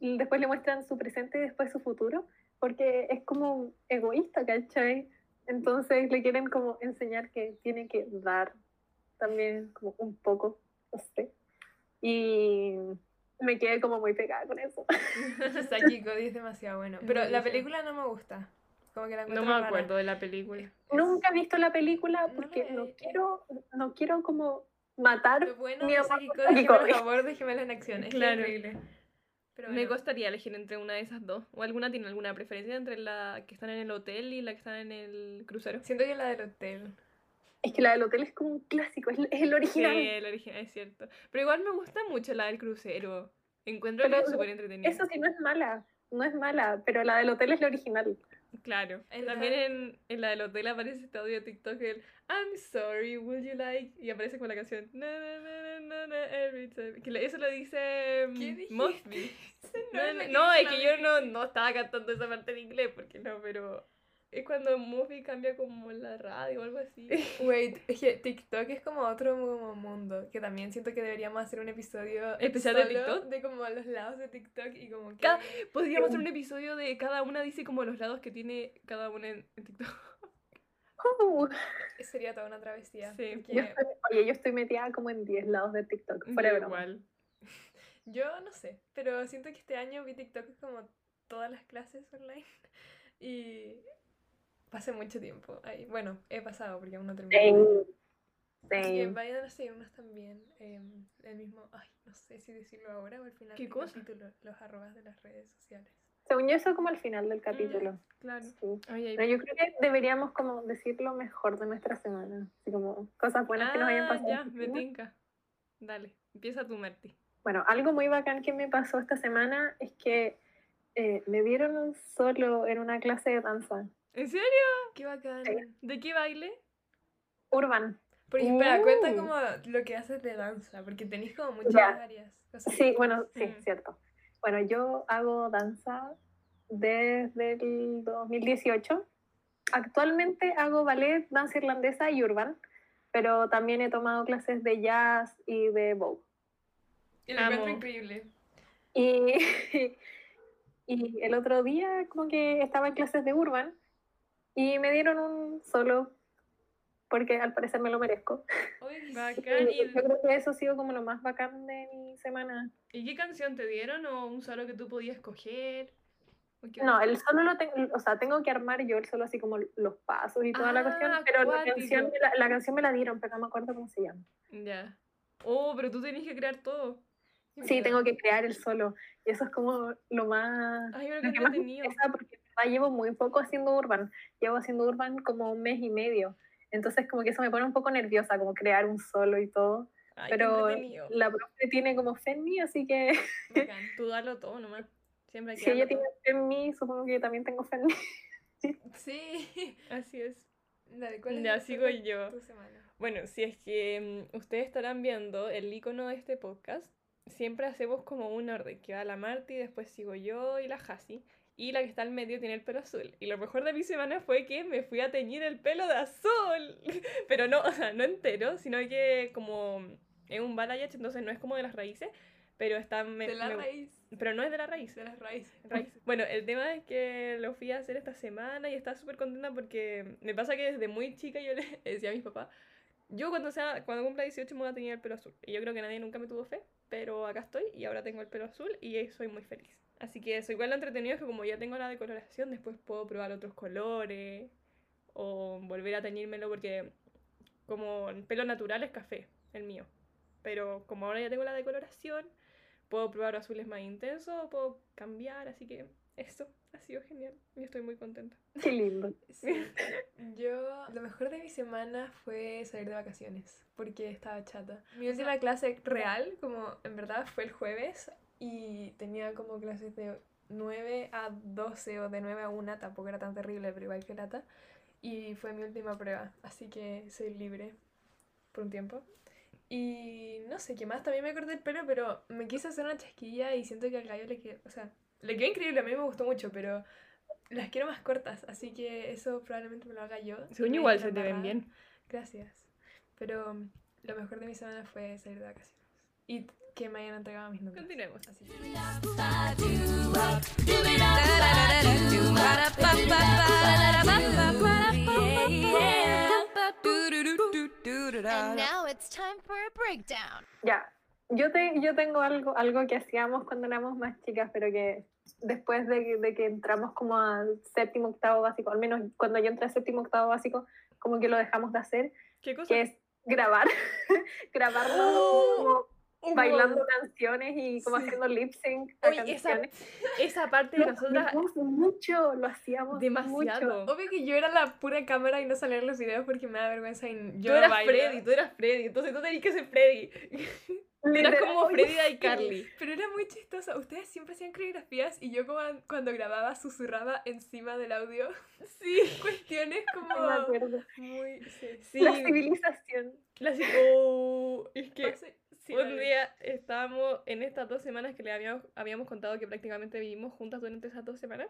Speaker 1: y después le muestran su presente y después su futuro, porque es como egoísta, ¿cachai? Entonces le quieren como enseñar que tiene que dar también como un poco, no sé. Y me quedé como muy pegada con eso.
Speaker 3: Saki y Cody es demasiado bueno.
Speaker 2: Es
Speaker 3: Pero la
Speaker 2: buenísimo.
Speaker 3: película no me gusta. Como que la
Speaker 2: No
Speaker 3: encuentro
Speaker 2: me
Speaker 3: rara. Eh,
Speaker 2: acuerdo de la película.
Speaker 1: Nunca he visto la película
Speaker 3: No
Speaker 1: porque
Speaker 3: la
Speaker 1: no,
Speaker 3: he-
Speaker 1: quiero, no quiero como matar.
Speaker 3: Lo bueno
Speaker 1: Mi
Speaker 3: de
Speaker 1: amor,
Speaker 3: Saki y
Speaker 1: Saki
Speaker 3: Cody es que, por
Speaker 1: Cody.
Speaker 3: favor, de Gemelas en acción. Es
Speaker 2: Claro.
Speaker 3: increíble. Pero
Speaker 2: Me
Speaker 3: bueno.
Speaker 2: gustaría elegir entre una de esas dos. ¿O alguna tiene alguna preferencia entre la que están en el hotel y la que están en el crucero?
Speaker 3: Siento que la del hotel.
Speaker 1: Es que la del hotel es como un clásico, es, es el
Speaker 2: Sí,
Speaker 1: original.
Speaker 2: el original, es cierto. Pero igual me gusta mucho la del crucero. Encuentro que
Speaker 1: Pero
Speaker 2: es súper entretenida.
Speaker 1: Eso sí no es mala, no es mala, pero la del hotel es la original.
Speaker 2: Claro.
Speaker 3: El
Speaker 2: También
Speaker 3: Harry-
Speaker 2: en, en la del hotel aparece este audio de TikTok el I'm sorry, will you like? Y aparece con la canción na na na na na, na, every time. Que le- eso lo dice mm,
Speaker 3: ¿Qué dijiste?
Speaker 2: Mosby. No,
Speaker 3: es
Speaker 2: no,
Speaker 3: la que dice
Speaker 2: no, es
Speaker 3: la
Speaker 2: que yo no, no estaba cantando esa parte en inglés porque no, pero es cuando Mosby cambia como la radio o algo así.
Speaker 3: Wait, es que TikTok es como otro como mundo. Que también siento que deberíamos hacer un episodio.
Speaker 2: ¿Especial de
Speaker 3: solo
Speaker 2: TikTok?
Speaker 3: De como los lados de TikTok y como que.
Speaker 2: Ca- Podríamos hacer un episodio de cada una dice como los lados que tiene cada una en, en TikTok.
Speaker 1: Uh.
Speaker 3: Sería toda una travesía.
Speaker 2: Sí.
Speaker 3: porque
Speaker 1: Yo estoy- oye, yo estoy metida como en 10 lados de TikTok. Fuera
Speaker 2: Yo
Speaker 1: de broma.
Speaker 2: igual.
Speaker 3: Yo no sé. Pero siento que este año vi TikTok como todas las clases online. Y. Pasé mucho tiempo ahí. Bueno, he pasado porque aún no terminé.
Speaker 1: Same.
Speaker 3: Así que
Speaker 1: Same.
Speaker 3: vayan a seguirnos también. em, el mismo, ay, no sé si decirlo ahora o al final
Speaker 2: ¿Qué
Speaker 3: del
Speaker 2: cosa?
Speaker 3: capítulo, los arrobas de las redes sociales.
Speaker 1: Según yo, eso como al final
Speaker 2: Mm,
Speaker 1: del capítulo.
Speaker 2: Claro.
Speaker 1: sí.
Speaker 2: Oye,
Speaker 1: Pero yo creo que deberíamos como decir lo mejor de nuestra semana. Así como cosas buenas que nos hayan
Speaker 2: Ah,
Speaker 1: pasado.
Speaker 2: Ya,
Speaker 1: esta
Speaker 2: me
Speaker 1: semana.
Speaker 2: tinca. Dale, empieza tú, Marti.
Speaker 1: Bueno, algo muy bacán que me pasó esta semana es que eh, me dieron un solo en una clase de danza.
Speaker 2: ¿En serio?
Speaker 3: ¡Qué bacán!
Speaker 2: ¿De qué baile?
Speaker 1: Urban.
Speaker 3: Porque, espera, cuenta
Speaker 2: Uh.
Speaker 3: como lo que haces de danza, porque tenéis como muchas
Speaker 1: Ya.
Speaker 3: áreas. o sea,
Speaker 1: Sí, bueno, sí,
Speaker 2: Mm.
Speaker 1: cierto. Bueno, yo hago danza desde el 2018. Actualmente hago ballet, danza irlandesa y urban, pero también he tomado clases de jazz y de bow.
Speaker 3: y lo encuentro
Speaker 2: Amo.
Speaker 3: increíble.
Speaker 1: Y, y el otro día como que estaba en clases de urban y me dieron un solo porque al parecer me lo merezco.
Speaker 3: Oye,
Speaker 2: Bacán.
Speaker 1: Y
Speaker 2: ¿Y,
Speaker 1: yo creo que eso ha sido como lo más bacán de mi semana.
Speaker 2: y qué canción te dieron o un solo que tú podías escoger? ¿O qué
Speaker 1: No,
Speaker 2: onda?
Speaker 1: el solo lo tengo, o sea, tengo que armar yo el solo así como los pasos y toda la cuestión,
Speaker 2: Ah,
Speaker 1: pero la
Speaker 2: cuático.
Speaker 1: canción, me la, la canción me la dieron, pero no me acuerdo cómo se llama.
Speaker 2: Ya. Oh, pero tú tenías que crear todo.
Speaker 1: Sí, tengo que crear el solo y eso es como lo más,
Speaker 2: Ay, pero qué
Speaker 1: lo que más me
Speaker 2: entretenido.
Speaker 1: interesa porque en verdad llevo muy poco haciendo urban, llevo haciendo urban como un mes y medio, entonces como que eso me pone un poco nerviosa, como crear un solo y todo,
Speaker 2: Ay,
Speaker 1: pero
Speaker 2: qué entretenido.
Speaker 1: la profe tiene como fe en mí, así que
Speaker 3: Bacán.
Speaker 2: Tú dalo todo nomás. Siempre hay que
Speaker 1: si ella
Speaker 2: darlo
Speaker 1: tiene fe en mí, supongo que yo también tengo fe en mí.
Speaker 3: Sí.
Speaker 2: todo. Así es.
Speaker 3: Dale, ¿cuál es
Speaker 2: Ya,
Speaker 3: el
Speaker 2: sigo
Speaker 3: recuerdo de
Speaker 2: yo.
Speaker 3: tu semana?
Speaker 2: Bueno, si es que mm, ustedes estarán viendo el icono de este podcast, siempre hacemos como un orden, que va la Marti, después sigo yo y la Hasi, y la que está al medio tiene el pelo azul. Y lo mejor de mi semana fue que me fui a teñir el pelo de azul, pero no, o sea, no entero, sino que como es un balayage, entonces no es como de las raíces, pero está... me-
Speaker 3: de la
Speaker 2: me-
Speaker 3: raíz.
Speaker 2: Pero no es de la raíz,
Speaker 3: De las raíces.
Speaker 2: Raíz. Bueno, el tema es que lo fui a hacer esta semana y estaba súper contenta porque me pasa que desde muy chica yo le decía a mis papás Yo cuando, sea, cuando cumpla 18 me voy a tener el pelo azul. Y yo creo que nadie nunca me tuvo fe, pero acá estoy y ahora tengo el pelo azul y soy muy feliz. Así que eso, igual lo entretenido es que como ya tengo la decoloración, después puedo probar otros colores o volver a teñírmelo porque como el pelo natural es café, el mío. Pero como ahora ya tengo la decoloración, puedo probar azules más intensos, puedo cambiar, así que eso ha sido genial. Yo estoy muy contenta.
Speaker 1: Qué lindo.
Speaker 3: Sí. Yo, lo mejor de mi semana fue salir de vacaciones, porque estaba chata. Mi última clase real, como en verdad, fue el jueves y tenía como clases de 9 a 12 o de 9 a 1, tampoco era tan terrible, pero igual que lata. Y fue mi última prueba, así que soy libre por un tiempo. Y no sé qué más, también me corté el pelo, pero me quise hacer una chasquilla y siento que al gallo le quedó, o sea, le quedó increíble, a mí me gustó mucho, pero las quiero más cortas, así que eso probablemente me lo haga yo.
Speaker 2: Según
Speaker 3: Me
Speaker 2: igual
Speaker 3: dejé
Speaker 2: se te ven
Speaker 3: embarrada.
Speaker 2: bien.
Speaker 3: Gracias. Pero mm, lo mejor de mi semana fue salir de vacaciones y que me hayan entregado mis números.
Speaker 2: Continuemos.
Speaker 3: Así que-
Speaker 4: And now it's time for a breakdown.
Speaker 1: Ya, yo, te, yo tengo algo, algo que hacíamos cuando éramos más chicas, pero que después de, de que entramos como a séptimo, octavo básico, al menos cuando yo entré a séptimo, octavo básico, como que lo dejamos de hacer,
Speaker 2: ¿Qué cosa?
Speaker 1: que es grabar, grabarnos
Speaker 2: ¡Oh!
Speaker 1: como
Speaker 2: Humor.
Speaker 1: bailando canciones y como
Speaker 2: Sí.
Speaker 1: haciendo lip sync a
Speaker 2: Oye, esa,
Speaker 1: canciones.
Speaker 2: esa parte de
Speaker 1: Lo
Speaker 2: nosotras
Speaker 1: hacíamos mucho, lo hacíamos
Speaker 2: demasiado.
Speaker 1: mucho.
Speaker 3: Obvio que yo era la pura cámara y no salía en los videos porque me da vergüenza y yo
Speaker 2: Tú
Speaker 3: no
Speaker 2: eras
Speaker 3: bailo.
Speaker 2: Freddy, tú eras Freddy, entonces tú tenías que ser Freddy. Eras
Speaker 1: Literal,
Speaker 2: como
Speaker 1: oye,
Speaker 2: Freddy y Carly.
Speaker 3: Pero era muy chistosa. Ustedes siempre hacían coreografías y yo como cuando grababa susurraba encima del audio
Speaker 2: Sí,
Speaker 3: cuestiones como
Speaker 1: me acuerdo.
Speaker 3: muy... Sí.
Speaker 2: sí.
Speaker 1: La civilización.
Speaker 2: La ci- oh, es que
Speaker 3: Entonces, sí,
Speaker 2: un
Speaker 3: dale.
Speaker 2: día estábamos en estas dos semanas que le habíamos, habíamos contado que prácticamente vivimos juntas durante esas dos semanas.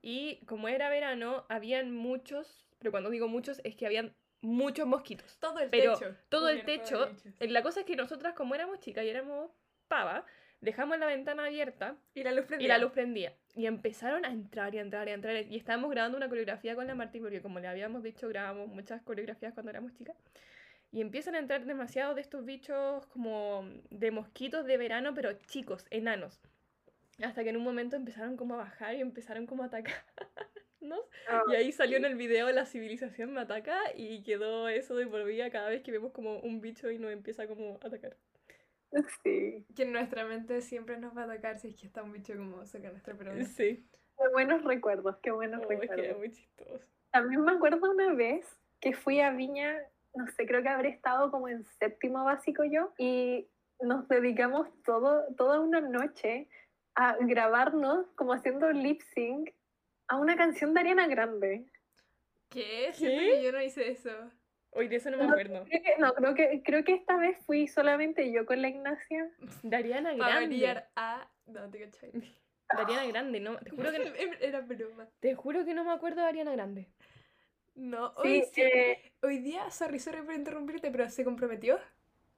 Speaker 2: Y como era verano, habían muchos, pero cuando digo muchos es que habían muchos mosquitos.
Speaker 3: Todo el
Speaker 2: pero
Speaker 3: techo.
Speaker 2: todo el
Speaker 3: cubierto de
Speaker 2: techo,
Speaker 3: bichos.
Speaker 2: La cosa es que nosotras, como éramos chicas y éramos pava, dejamos la ventana abierta
Speaker 3: Y la luz
Speaker 2: Y
Speaker 3: prendida.
Speaker 2: la luz prendía. Y empezaron a entrar y a entrar y a entrar. Y estábamos grabando una coreografía con la Martí, porque como le habíamos dicho, grabamos muchas coreografías cuando éramos chicas. Y empiezan a entrar demasiado de estos bichos como de mosquitos de verano, pero chicos, enanos. Hasta que en un momento empezaron como a bajar y empezaron como a atacarnos.
Speaker 1: Ah,
Speaker 2: Y ahí salió en el video La civilización me ataca y quedó eso de por vida cada vez que vemos como un bicho y nos empieza como a atacar.
Speaker 1: Oh, sí.
Speaker 3: Que en nuestra mente siempre nos va a atacar si es que está un bicho como saca nuestra pregunta.
Speaker 2: Sí,
Speaker 1: Qué buenos recuerdos, qué buenos
Speaker 2: Oh, es
Speaker 1: recuerdos.
Speaker 2: que era muy chistoso.
Speaker 1: También me acuerdo una vez que fui a Viña, no sé, creo que habré estado como en séptimo básico yo, y nos dedicamos todo, toda una noche a grabarnos como haciendo lip sync a una canción de Ariana Grande.
Speaker 3: ¿Qué? Siento
Speaker 2: ¿Qué?
Speaker 3: que yo no hice eso.
Speaker 2: Hoy de eso no me
Speaker 1: No,
Speaker 2: acuerdo.
Speaker 1: Creo que- no, creo que, creo que esta vez fui solamente yo con la Ignacia.
Speaker 2: Dariana
Speaker 3: Para
Speaker 2: Grande.
Speaker 3: variar a... No, te cachai.
Speaker 2: Dariana Grande, no, te juro que no,
Speaker 3: Era broma.
Speaker 2: te juro que no me acuerdo de Ariana Grande.
Speaker 3: No, hoy
Speaker 1: Sí,
Speaker 3: sí.
Speaker 1: eh,
Speaker 3: Hoy día, sorry, sorry por interrumpirte, pero se comprometió.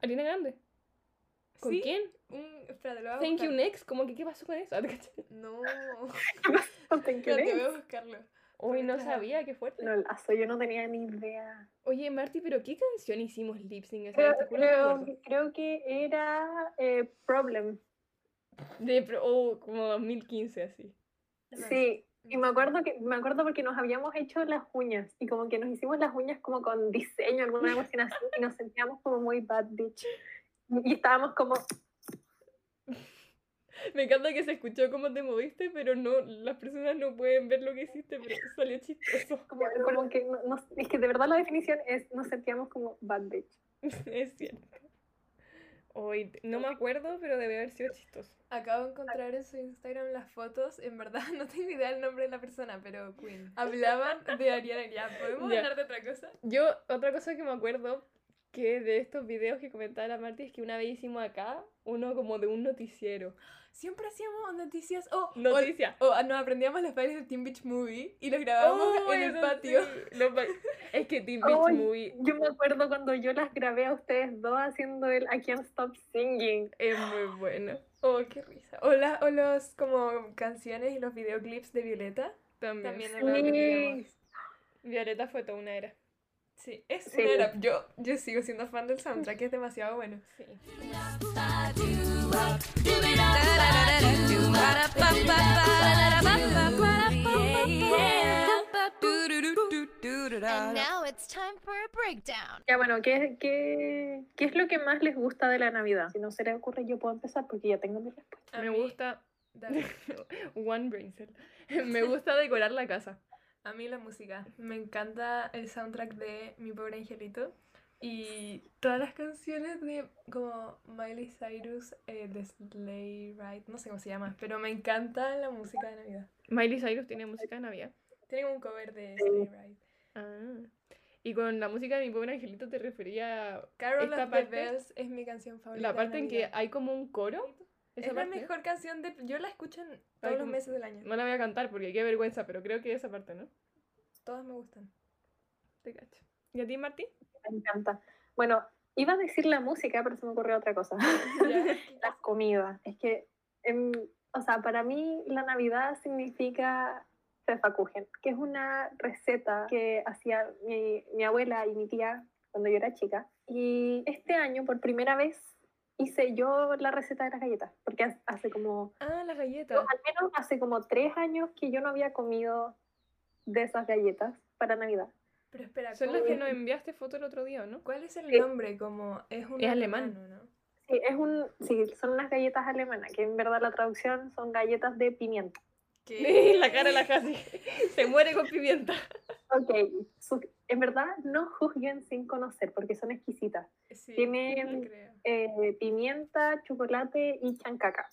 Speaker 2: ¿Ariana Grande? ¿Con
Speaker 3: ¿Sí?
Speaker 2: quién?
Speaker 3: Un, espérate, lo voy a
Speaker 2: Thank you
Speaker 3: buscar.
Speaker 2: next, como que qué pasó con eso.
Speaker 3: No,
Speaker 1: no te
Speaker 3: espérate, voy
Speaker 1: crees.
Speaker 3: a buscarlo.
Speaker 2: Hoy no
Speaker 3: Claro.
Speaker 2: sabía, qué fuerte.
Speaker 1: No, lazo, yo no tenía ni idea.
Speaker 2: Oye, Marty, pero ¿qué canción hicimos lip sync esa
Speaker 1: Creo,
Speaker 2: vez? Te juro que no me
Speaker 1: creo,
Speaker 2: acuerdo.
Speaker 1: creo que era eh, Problem.
Speaker 2: De pro- oh, como 2015 así.
Speaker 1: Sí, y me acuerdo que me acuerdo porque nos habíamos hecho las uñas y como que nos hicimos las uñas como con diseño, alguna cuestión así, y nos sentíamos como muy bad bitch. Y estábamos como,
Speaker 2: Me encanta que se escuchó cómo te moviste, pero no las personas no pueden ver lo que hiciste, pero salió chistoso.
Speaker 1: como, como que, no- no- es que de verdad la definición es, nos sentíamos como bad bitch.
Speaker 2: es cierto. Hoy no me acuerdo, pero debe haber sido chistoso.
Speaker 3: Acabo de encontrar en su Instagram las fotos. En verdad, no tengo idea el nombre de la persona, pero Queen. Hablaban de Ariana Grande. ¿Podemos
Speaker 2: Ya.
Speaker 3: hablar de otra cosa?
Speaker 2: Yo, otra cosa que me acuerdo que de estos videos que comentaba la Marti es que una vez hicimos acá uno como de un noticiero.
Speaker 3: Siempre hacíamos noticias. Oh, o-
Speaker 2: Noticia.
Speaker 3: o, ah, nos aprendíamos los bailes de Teen Beach Movie y los grabábamos
Speaker 2: Oh,
Speaker 3: en el
Speaker 2: eso
Speaker 3: patio.
Speaker 2: sí, los ba- es que Teen Beach
Speaker 1: Ay.
Speaker 2: Movie
Speaker 1: Yo me acuerdo cuando yo las grabé a ustedes dos haciendo el I can't stop singing.
Speaker 2: es muy bueno.
Speaker 3: Oh, qué risa. O, las o los como canciones y los videoclips de Violeta. También
Speaker 2: También.
Speaker 1: Sí.
Speaker 3: lo teníamos.
Speaker 2: Violeta fue toda una era.
Speaker 3: Sí, es
Speaker 1: Sí.
Speaker 3: un era. Yo, yo sigo siendo fan del soundtrack, es demasiado bueno.
Speaker 2: Sí.
Speaker 4: And now it's time for a breakdown.
Speaker 1: Ya, bueno, ¿qué, qué, qué es lo que más les gusta de la Navidad? Si no se les ocurre, yo puedo empezar porque ya tengo mi respuesta.
Speaker 3: A
Speaker 2: Me
Speaker 3: mí-
Speaker 2: gusta.
Speaker 3: Dale.
Speaker 2: One brain cell. Me gusta decorar la casa.
Speaker 3: A mí la música. Me encanta el soundtrack de Mi Pobre Angelito. Y todas las canciones de como Miley Cyrus, eh, de Sleigh Ride, no sé cómo se llama, pero me encanta la música de Navidad.
Speaker 2: Miley Cyrus tiene música de Navidad.
Speaker 3: Tiene un cover de Sleigh Ride.
Speaker 2: Ah. Y con la música de mi pobre angelito te refería a
Speaker 3: Carol
Speaker 2: Esta
Speaker 3: of
Speaker 2: parte-
Speaker 3: the Bells es mi canción favorita.
Speaker 2: la
Speaker 3: de
Speaker 2: parte en que
Speaker 3: Navidad.
Speaker 2: hay como un coro. Esa
Speaker 3: es la
Speaker 2: parte.
Speaker 3: mejor canción de. Yo la escucho en
Speaker 2: Ay,
Speaker 3: todos los
Speaker 2: como-
Speaker 3: meses del año.
Speaker 2: No la voy a cantar porque qué vergüenza, pero creo que esa parte, ¿no?
Speaker 3: Todas me gustan.
Speaker 2: Te cacho. ¿Y a ti, Martín?
Speaker 1: Me encanta. Bueno, iba a decir la música, pero se me ocurrió otra cosa. las comidas. Es que, em, o sea, para mí la Navidad significa fefacuchen, que es una receta que hacía mi, mi abuela y mi tía cuando yo era chica. Y este año, por primera vez, hice yo la receta de las galletas, porque ha- hace como,
Speaker 2: Ah,
Speaker 1: no,
Speaker 2: las galletas.
Speaker 1: al menos hace como tres años que yo no había comido de esas galletas para Navidad.
Speaker 3: Pero espera,
Speaker 2: Son las que
Speaker 3: ¿cómo-
Speaker 2: nos enviaste foto el otro día, ¿no?
Speaker 3: ¿cuál es el
Speaker 1: Sí.
Speaker 3: nombre? Como Eh, es un
Speaker 2: Es alemán.
Speaker 3: alemano, ¿no?
Speaker 1: Sí, es un, sí, son unas galletas alemanas, que en verdad la traducción son galletas de pimienta.
Speaker 3: Que-
Speaker 2: la cara de la casi. Se muere con pimienta.
Speaker 1: Ok, su- en verdad no juzguen sin conocer porque son exquisitas.
Speaker 3: Sí,
Speaker 1: Tienen-
Speaker 3: no creo.
Speaker 1: Eh, pimienta, chocolate y chancaca.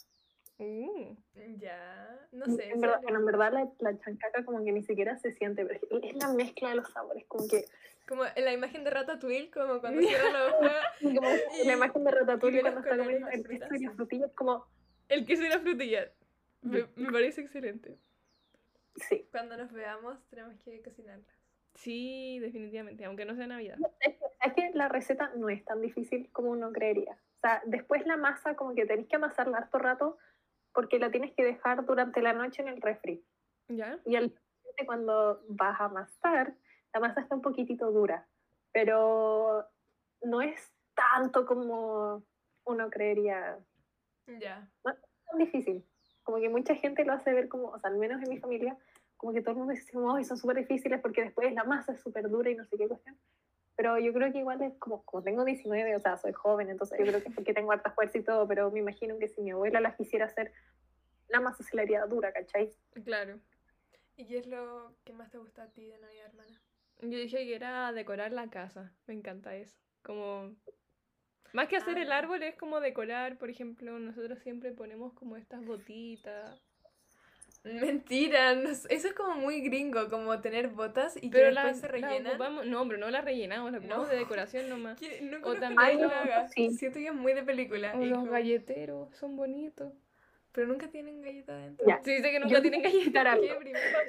Speaker 2: Uh,
Speaker 3: Ya, no sé.
Speaker 1: en, verdad, bueno, en verdad la, la chancaca como que ni siquiera se siente, pero es- es la mezcla de los sabores, como que
Speaker 3: Como en la imagen de Ratatouille, como cuando cierra la hoja.
Speaker 1: como
Speaker 3: Y-
Speaker 1: la imagen de
Speaker 3: y
Speaker 1: Ratatouille
Speaker 3: los
Speaker 1: cuando está
Speaker 3: colores,
Speaker 1: comiendo
Speaker 3: las
Speaker 1: el queso y
Speaker 3: frutas.
Speaker 1: las frutillas, como,
Speaker 2: el queso y la frutilla. Me, me parece excelente.
Speaker 1: sí.
Speaker 3: Cuando nos veamos, tenemos que cocinarla.
Speaker 2: Sí, definitivamente, aunque no sea Navidad.
Speaker 1: Es que la receta no es tan difícil como uno creería. O sea, después la masa como que tenéis que amasarla harto rato porque la tienes que dejar durante la noche en el refri.
Speaker 2: ¿Ya?
Speaker 1: Y al siguiente, cuando vas a amasar, la masa está un poquitito dura, pero no es tanto como uno creería
Speaker 3: Ya.
Speaker 1: tan difícil. Como que mucha gente lo hace ver como, o sea, al menos en mi familia, como que todo el mundo dice, oh, son súper difíciles porque después la masa es súper dura y no sé qué cuestión. Pero yo creo que igual es como, como tengo 19, o sea, soy joven, entonces yo creo que es porque tengo harta fuerza y todo, pero me imagino que si mi abuela las quisiera hacer, la masa se le haría dura, ¿cachai?
Speaker 2: Claro.
Speaker 3: ¿Y qué es lo que más te gusta a ti de Navidad, hermana?
Speaker 2: Yo dije que era decorar la casa. Me encanta eso. Como. Más que hacer el
Speaker 3: Ah.
Speaker 2: árbol es como decorar, por ejemplo, nosotros siempre ponemos como estas botitas.
Speaker 3: Mentira, no sé, eso es como muy gringo, como tener botas y
Speaker 2: Pero
Speaker 3: que después
Speaker 2: las,
Speaker 3: se
Speaker 2: las
Speaker 3: rellenan.
Speaker 2: ocupamos- no, pero no las rellenamos, las ocupamos
Speaker 3: No.
Speaker 2: de decoración nomás.
Speaker 3: Que no conozco
Speaker 2: también-
Speaker 3: nadie que lo
Speaker 1: Ay, no,
Speaker 3: haga.
Speaker 1: sí.
Speaker 3: Siento que es muy de película.
Speaker 2: O
Speaker 3: y
Speaker 2: los
Speaker 3: como-
Speaker 2: galleteros, son bonitos.
Speaker 3: Pero nunca tienen galleta dentro.
Speaker 1: Ya.
Speaker 2: Se dice que nunca
Speaker 1: Yo-
Speaker 2: tienen galletas.
Speaker 1: Claro.
Speaker 3: Qué primero.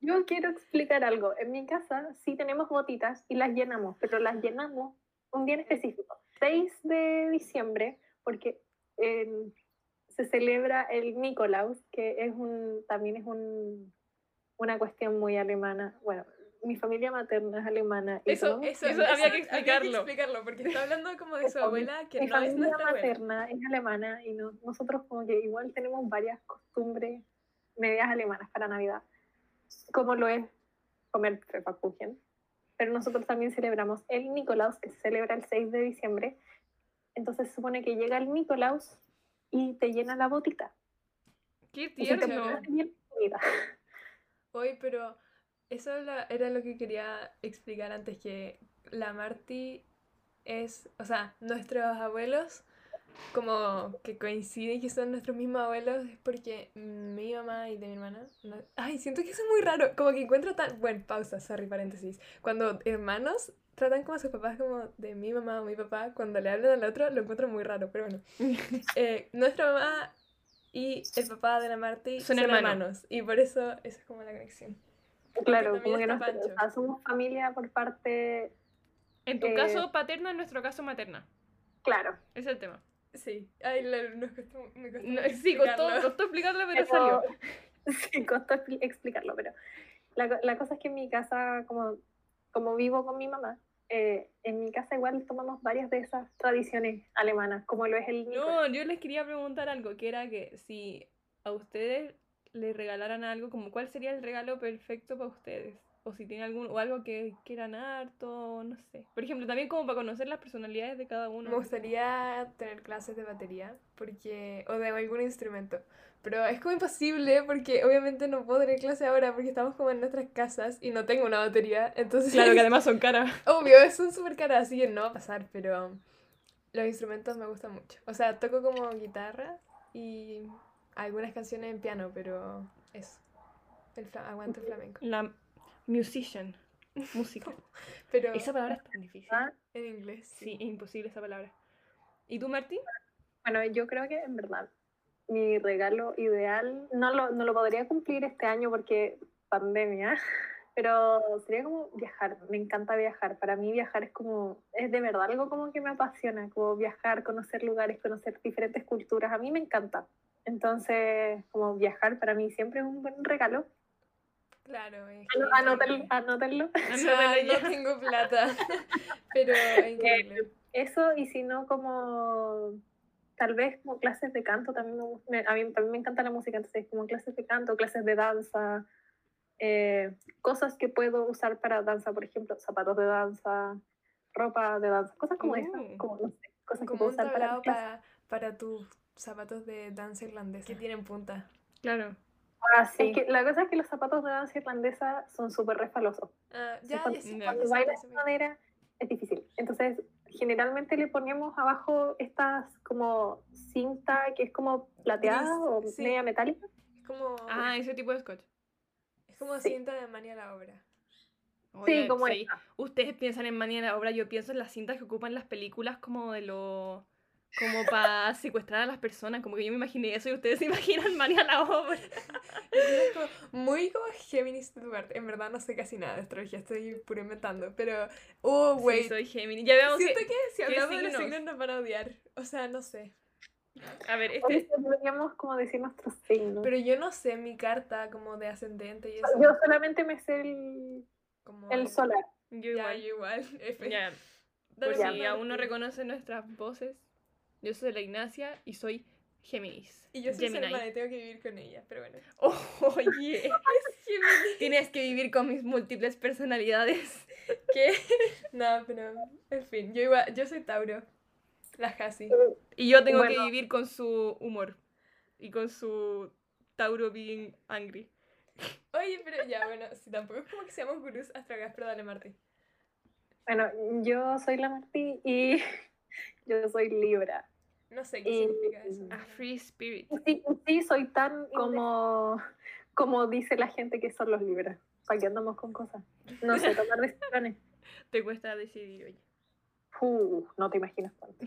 Speaker 1: Yo quiero explicar algo. En mi casa sí tenemos botitas y las llenamos, pero las llenamos un día en específico, 6 de diciembre, porque eh, se celebra el Nikolaus, que es un, también es un, una cuestión muy alemana. Bueno, mi familia materna es alemana. y
Speaker 2: Eso-
Speaker 1: todo.
Speaker 3: Eso,
Speaker 2: Eso había que
Speaker 3: Había
Speaker 2: explicarlo.
Speaker 3: que explicarlo, porque está hablando como de su
Speaker 1: Eso,
Speaker 3: abuela, que
Speaker 1: mi
Speaker 3: no es
Speaker 1: familia
Speaker 3: nuestra abuela.
Speaker 1: materna es alemana y no- nosotros como que igual tenemos varias costumbres medias alemanas para Navidad, como lo es comer Pfefferkuchen. Pero nosotros también celebramos el Nicolaus, que se celebra el 6 de diciembre. Entonces se supone que llega el Nicolaus y te llena la botita.
Speaker 2: Qué
Speaker 1: Y se te
Speaker 2: tierno.
Speaker 1: pone bien comida.
Speaker 3: Hoy, pero eso la- era lo que quería explicar antes, que la Marti es, o sea, nuestros abuelos, como que coinciden que son nuestros mismos abuelos, es porque mi mamá y de mi hermana... no- ay, siento que eso es muy raro, como que encuentro tan... Bueno, pausa, sorry, paréntesis. Cuando hermanos tratan como a sus papás como de mi mamá o mi papá, cuando le hablan al otro, lo encuentro muy raro, pero bueno. Eh, nuestra mamá y el papá de la Marti
Speaker 2: Son
Speaker 3: son,
Speaker 2: hermanos.
Speaker 3: hermanos, y por eso esa es como la conexión.
Speaker 1: Claro,
Speaker 3: también
Speaker 1: como que
Speaker 3: está
Speaker 1: nos, o sea,
Speaker 3: Pancho.
Speaker 1: somos familia por parte...
Speaker 2: En tu
Speaker 1: Eh,
Speaker 2: caso paterna, en nuestro caso materna.
Speaker 1: Claro,
Speaker 2: Ese es el tema.
Speaker 3: Sí, ay, la- nos costó, me costó
Speaker 2: No,
Speaker 3: mucho
Speaker 2: sí, costó,
Speaker 3: explicarlo.
Speaker 2: costó explicarlo,
Speaker 1: Pero-
Speaker 2: pero salió.
Speaker 1: Sí, costó expli- explicarlo, pero la, co- la cosa es que en mi casa, como, como vivo con mi mamá, eh, en mi casa igual tomamos varias de esas tradiciones alemanas, como lo es el...
Speaker 2: No, yo les quería preguntar algo, que era que si a ustedes les regalaran algo, como cuál sería el regalo perfecto para ustedes. O si tienen algún, o algo que quieran harto, no sé. Por ejemplo, también como para conocer las personalidades de cada uno.
Speaker 3: Me gustaría tener clases de batería, porque, o de algún instrumento. Pero es como imposible, porque obviamente no puedo tener clase ahora, porque estamos como en nuestras casas y no tengo una batería. Entonces,
Speaker 2: Claro que además son caras.
Speaker 3: obvio, son súper caras, así que no va a pasar, pero los instrumentos me gustan mucho. O sea, toco como guitarra y algunas canciones en piano, pero eso. El fla- aguanto el flamenco.
Speaker 2: La musician. Música.
Speaker 3: Pero
Speaker 2: Esa palabra es tan difícil.
Speaker 1: Ah,
Speaker 3: en inglés.
Speaker 2: Sí, es imposible esa palabra. ¿Y tú, Martín?
Speaker 1: Bueno, yo creo que en verdad mi regalo ideal no lo, no lo podría cumplir este año porque pandemia, pero sería como viajar. Me encanta viajar. Para mí viajar es como, es de verdad algo como que me apasiona, como viajar, conocer lugares, conocer diferentes culturas. A mí me encanta. Entonces, como viajar para mí siempre es un buen regalo.
Speaker 3: Claro, es
Speaker 1: Ano-
Speaker 3: que-
Speaker 1: Anótalo. anótalo.
Speaker 3: O
Speaker 2: Ah, no,
Speaker 3: sea,
Speaker 2: no,
Speaker 3: no
Speaker 2: ya.
Speaker 3: tengo plata, pero es
Speaker 1: Eh,
Speaker 3: increíble.
Speaker 1: Eso, y si no, como tal vez como clases de canto, también me, gus- me- a mí también me encanta la música, entonces como clases de canto, clases de danza, eh, cosas que puedo usar para danza, por ejemplo, zapatos de danza, ropa de danza, cosas como
Speaker 2: Mm.
Speaker 1: esas, como, no sé, cosas que
Speaker 3: Como
Speaker 1: puedo
Speaker 3: un
Speaker 1: usar para,
Speaker 3: tablao
Speaker 1: mi clase.
Speaker 3: para, para tus zapatos de danza irlandesa que tienen punta.
Speaker 2: Claro.
Speaker 1: Ah, sí.
Speaker 2: sí.
Speaker 1: Es que la cosa es que los zapatos de danza irlandesa son súper refalosos.
Speaker 3: Ah,
Speaker 1: Sí,
Speaker 3: ya,
Speaker 1: cuando-
Speaker 3: ya sé
Speaker 2: no.
Speaker 3: cuál
Speaker 1: cuando
Speaker 3: es,
Speaker 1: bailas
Speaker 3: ya sé cuál es.
Speaker 1: madera es difícil. Entonces, generalmente le ponemos abajo estas como cinta que es como plateada
Speaker 3: Gris,
Speaker 1: o
Speaker 3: sí.
Speaker 1: media metálica.
Speaker 3: Es como,
Speaker 2: Ah, ese tipo de scotch.
Speaker 3: es como
Speaker 1: sí.
Speaker 3: cinta de mania a la obra.
Speaker 2: Oye,
Speaker 1: como
Speaker 2: sí. Ustedes piensan en Manía de la obra, yo pienso en las cintas que ocupan las películas como de lo... Como para secuestrar a las personas, como que yo me imaginé eso y ustedes se imaginan Manía de la obra.
Speaker 3: Es como- muy como Géminis de tu parte. En verdad no sé casi nada de astrología, estoy puro inventando, pero... Oh,
Speaker 2: Sí,
Speaker 3: wait.
Speaker 2: soy Géminis. Ya veamos
Speaker 3: Siento
Speaker 2: que-
Speaker 3: que si
Speaker 2: ¿qué
Speaker 3: hablamos de los
Speaker 2: signos?
Speaker 3: signos nos van a odiar. O sea, no sé.
Speaker 2: A ver,
Speaker 1: Por
Speaker 2: este...
Speaker 1: eso podríamos como decir nuestros signos.
Speaker 3: Pero yo no sé mi carta como de ascendente y eso. Ah,
Speaker 1: Yo solamente me sé el,
Speaker 3: como...
Speaker 1: el solar.
Speaker 2: Yo
Speaker 3: Ya,
Speaker 2: igual.
Speaker 3: yo igual. F.
Speaker 2: Ya,
Speaker 3: Dale,
Speaker 2: por
Speaker 1: Ya.
Speaker 2: si aún no reconoce nuestras voces, yo soy la Ignacia y soy Géminis.
Speaker 3: Y yo soy su
Speaker 2: Gemini.
Speaker 3: hermana y tengo que vivir con ella, pero bueno.
Speaker 2: Oye, tienes que vivir con mis múltiples personalidades.
Speaker 3: ¿Qué? no, pero en fin, yo igual, yo soy Tauro. La Hasi.
Speaker 2: Y yo tengo que
Speaker 1: Bueno.
Speaker 2: vivir con su humor y con su Tauro being angry.
Speaker 3: Oye, pero ya, bueno, si tampoco es como que seamos gurús astrologías, pero dale Martí.
Speaker 1: Bueno, yo soy la Martí y yo soy Libra.
Speaker 3: No sé qué
Speaker 1: Eh,
Speaker 3: significa eso.
Speaker 2: A free spirit.
Speaker 1: Sí, sí, soy tan como, como dice la gente que son los Libras. ¿Para qué andamos con cosas? No sé, tomar decisiones.
Speaker 2: Te cuesta decidir, oye.
Speaker 1: Uh, no te imaginas cuánto.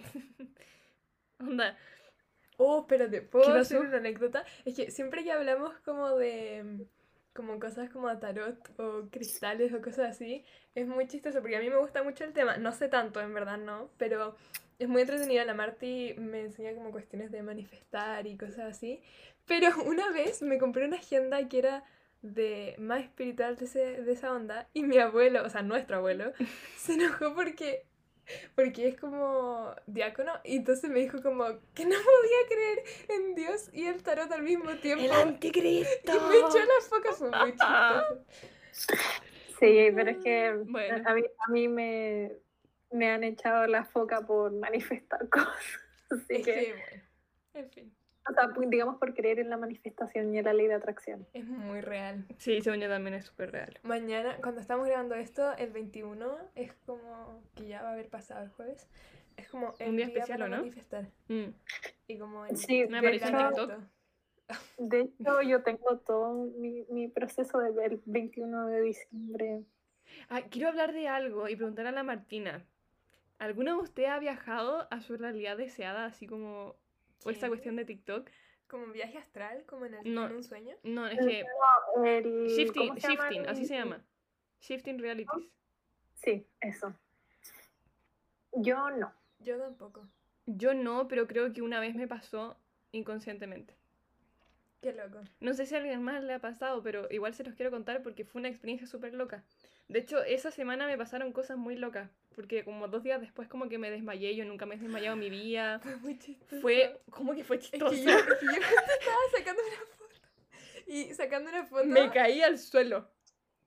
Speaker 2: Onda,
Speaker 3: Oh, espérate, ¿puedo
Speaker 2: ¿Qué pasó?
Speaker 3: hacer una anécdota? Es que siempre que hablamos como de mm, como cosas como de tarot o cristales o cosas así, es muy chistoso porque a mí me gusta mucho el tema. No sé tanto, en verdad no, pero es muy entretenido. La Marti me enseña como cuestiones de manifestar y cosas así. Pero una vez me compré una agenda que era de más espiritual de, ese- de esa onda y mi abuelo, o sea, nuestro abuelo, se enojó porque porque es como diácono y entonces me dijo como que no podía creer en Dios y el tarot al mismo
Speaker 2: Em,
Speaker 3: tiempo.
Speaker 2: anticristo.
Speaker 3: Y me echó las focas fue muy chistoso.
Speaker 1: Sí, pero es que
Speaker 2: Bueno.
Speaker 1: a mí, a mí me, me han echado la foca por manifestar cosas. Así
Speaker 3: Es
Speaker 1: que,
Speaker 3: que, bueno, en fin,
Speaker 1: o sea, pues, digamos por creer en la manifestación y en la ley de atracción.
Speaker 3: es muy real.
Speaker 2: Sí, según yo también es súper real.
Speaker 3: Mañana, cuando estamos grabando esto, el 21, es como que ya va a haber pasado el jueves. Es como el
Speaker 2: Un día especial,
Speaker 3: para
Speaker 2: ¿o no?
Speaker 3: manifestar.
Speaker 2: Mm.
Speaker 3: Y como el
Speaker 1: Sí, de
Speaker 2: Me apareció en
Speaker 1: hecho-
Speaker 2: TikTok.
Speaker 1: De hecho, yo tengo todo mi, mi proceso desde el 21 de diciembre.
Speaker 2: Ah, quiero hablar de algo y preguntar a la Martina. ¿Alguna de ustedes ha viajado a su realidad deseada, así como o esa
Speaker 3: ¿Qué?
Speaker 2: cuestión de TikTok?
Speaker 3: Como un viaje astral, como en, el-
Speaker 2: No.
Speaker 3: en un sueño.
Speaker 2: No, es que
Speaker 1: El,
Speaker 2: shifting,
Speaker 1: ¿cómo se llama?
Speaker 2: shifting, así Mm. se
Speaker 1: El-
Speaker 2: llama. Shifting realities.
Speaker 1: Sí, eso. Yo no.
Speaker 3: Yo tampoco.
Speaker 2: Yo no, pero creo que una vez me pasó inconscientemente.
Speaker 3: Qué loco.
Speaker 2: No sé si a alguien más le ha pasado, pero igual se los quiero contar porque fue una experiencia súper loca. De hecho, esa semana me pasaron cosas muy locas, porque como dos días después como que me desmayé, yo nunca me he desmayado en mi vida.
Speaker 3: Fue muy chistoso.
Speaker 2: Fue, ¿cómo que fue
Speaker 3: Es que
Speaker 2: chistoso?
Speaker 3: yo, es que yo justo estaba sacando una foto. Y sacando una foto.
Speaker 2: Me caí al suelo.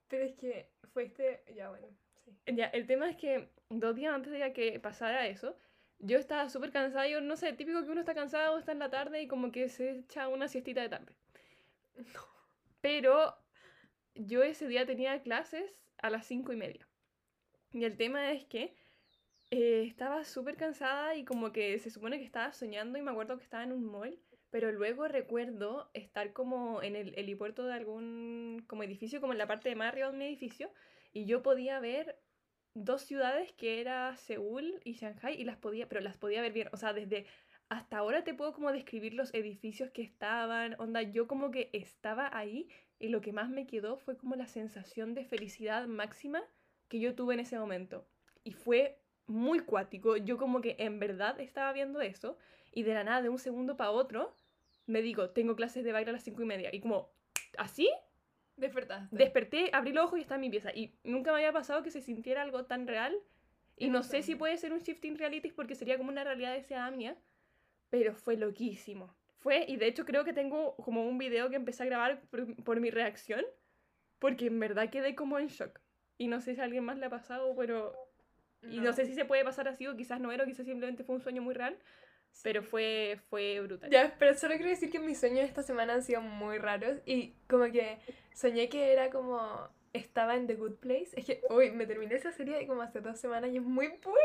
Speaker 3: Pero es que fue este. Ya, bueno. Sí.
Speaker 2: Ya, el tema es que dos días antes de que pasara eso, yo estaba súper cansada. Yo no sé, típico que uno está cansado, está en la tarde y como que se echa una siestita de tarde. Pero yo ese día tenía clases a las cinco y media. Y el tema es que eh, estaba súper cansada y como que se supone que estaba soñando y me acuerdo que estaba en un mall. Pero luego recuerdo estar como en el helipuerto de algún como edificio, como en la parte de más arriba de un edificio, y yo podía ver dos ciudades que era Seúl y Shanghai y las podía, pero las podía ver bien, o sea, desde hasta ahora te puedo como describir los edificios que estaban, onda, yo como que estaba ahí y lo que más me quedó fue como la sensación de felicidad máxima que yo tuve en ese momento. Y fue muy cuático, yo como que en verdad estaba viendo eso y de la nada, de un segundo para otro, me digo, tengo clases de baile a las cinco y media y como, ¿así?
Speaker 3: Despertaste.
Speaker 2: desperté, abrí los ojos y estaba en mi pieza. Y nunca me había pasado que se sintiera algo tan real. Y
Speaker 3: Es
Speaker 2: no sé si
Speaker 3: bastante.
Speaker 2: puede ser un shifting realities porque sería como una realidad de esa amnia. Pero fue loquísimo. Fue, y de hecho creo que tengo como un video que empecé a grabar por, por mi reacción. Porque en verdad quedé como en shock. Y no sé si a alguien más le ha pasado, pero... Y no sé si se puede pasar así o quizás no era, o quizás simplemente fue un sueño muy real. Pero fue, fue brutal.
Speaker 3: Ya, pero solo quiero decir que mis sueños esta semana han sido muy raros y como que soñé que era como estaba en The Good Place. Es que hoy me terminé esa serie como hace dos semanas y es muy buena.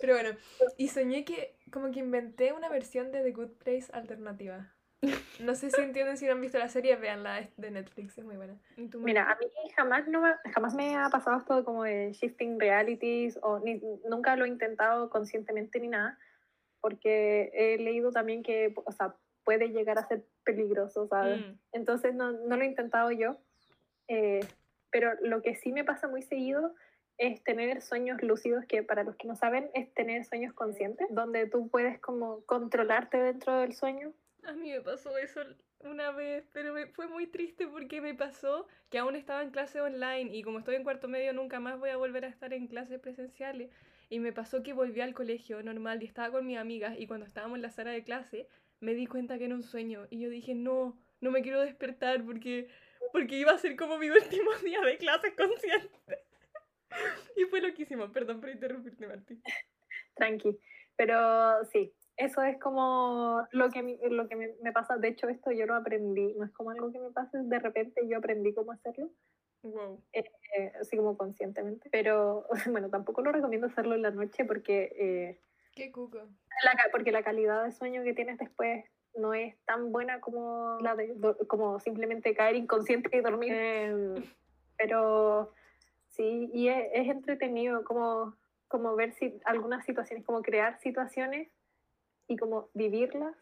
Speaker 3: Pero bueno, y soñé que como que inventé una versión de The Good Place alternativa. No sé si entienden, si no han visto la serie, véanla, es de Netflix, es muy buena.
Speaker 2: ¿Y tú, Mati?
Speaker 1: Mira, a mí jamás, no me, jamás me ha pasado esto como de shifting realities, o ni- nunca lo he intentado conscientemente ni nada, porque he leído también que, o sea, puede llegar a ser peligroso, ¿sabes?
Speaker 2: Mm.
Speaker 1: Entonces no, no lo he intentado yo, eh, pero lo que sí me pasa muy seguido es tener sueños lúcidos, que para los que no saben es tener sueños conscientes, donde tú puedes como controlarte dentro del sueño.
Speaker 2: A mí me pasó eso una vez, pero me, fue muy triste porque me pasó que aún estaba en clase online y como estoy en cuarto medio nunca más voy a volver a estar en clases presenciales. Y me pasó que volví al colegio normal y estaba con mis amigas y cuando estábamos en la sala de clase me di cuenta que era un sueño y yo dije, no, no me quiero despertar porque, porque iba a ser como mi último día de clases consciente. y fue loquísimo, perdón por interrumpirte, Martín.
Speaker 1: tranqui. Pero sí, eso es como lo que, a mí- lo que me, me pasa. De hecho, esto yo lo aprendí, no es como algo que me pase, de repente yo aprendí cómo hacerlo,
Speaker 2: Wow.
Speaker 1: eh, así como conscientemente. Pero bueno, tampoco lo recomiendo hacerlo en la noche porque, eh,
Speaker 3: Qué cuco.
Speaker 1: la, ca- porque la calidad de sueño que tienes después no es tan buena como, la de, do- como simplemente caer inconsciente y dormir. Em, pero sí, y es, es entretenido como, como ver si, algunas situaciones, como crear situaciones y como vivirlas,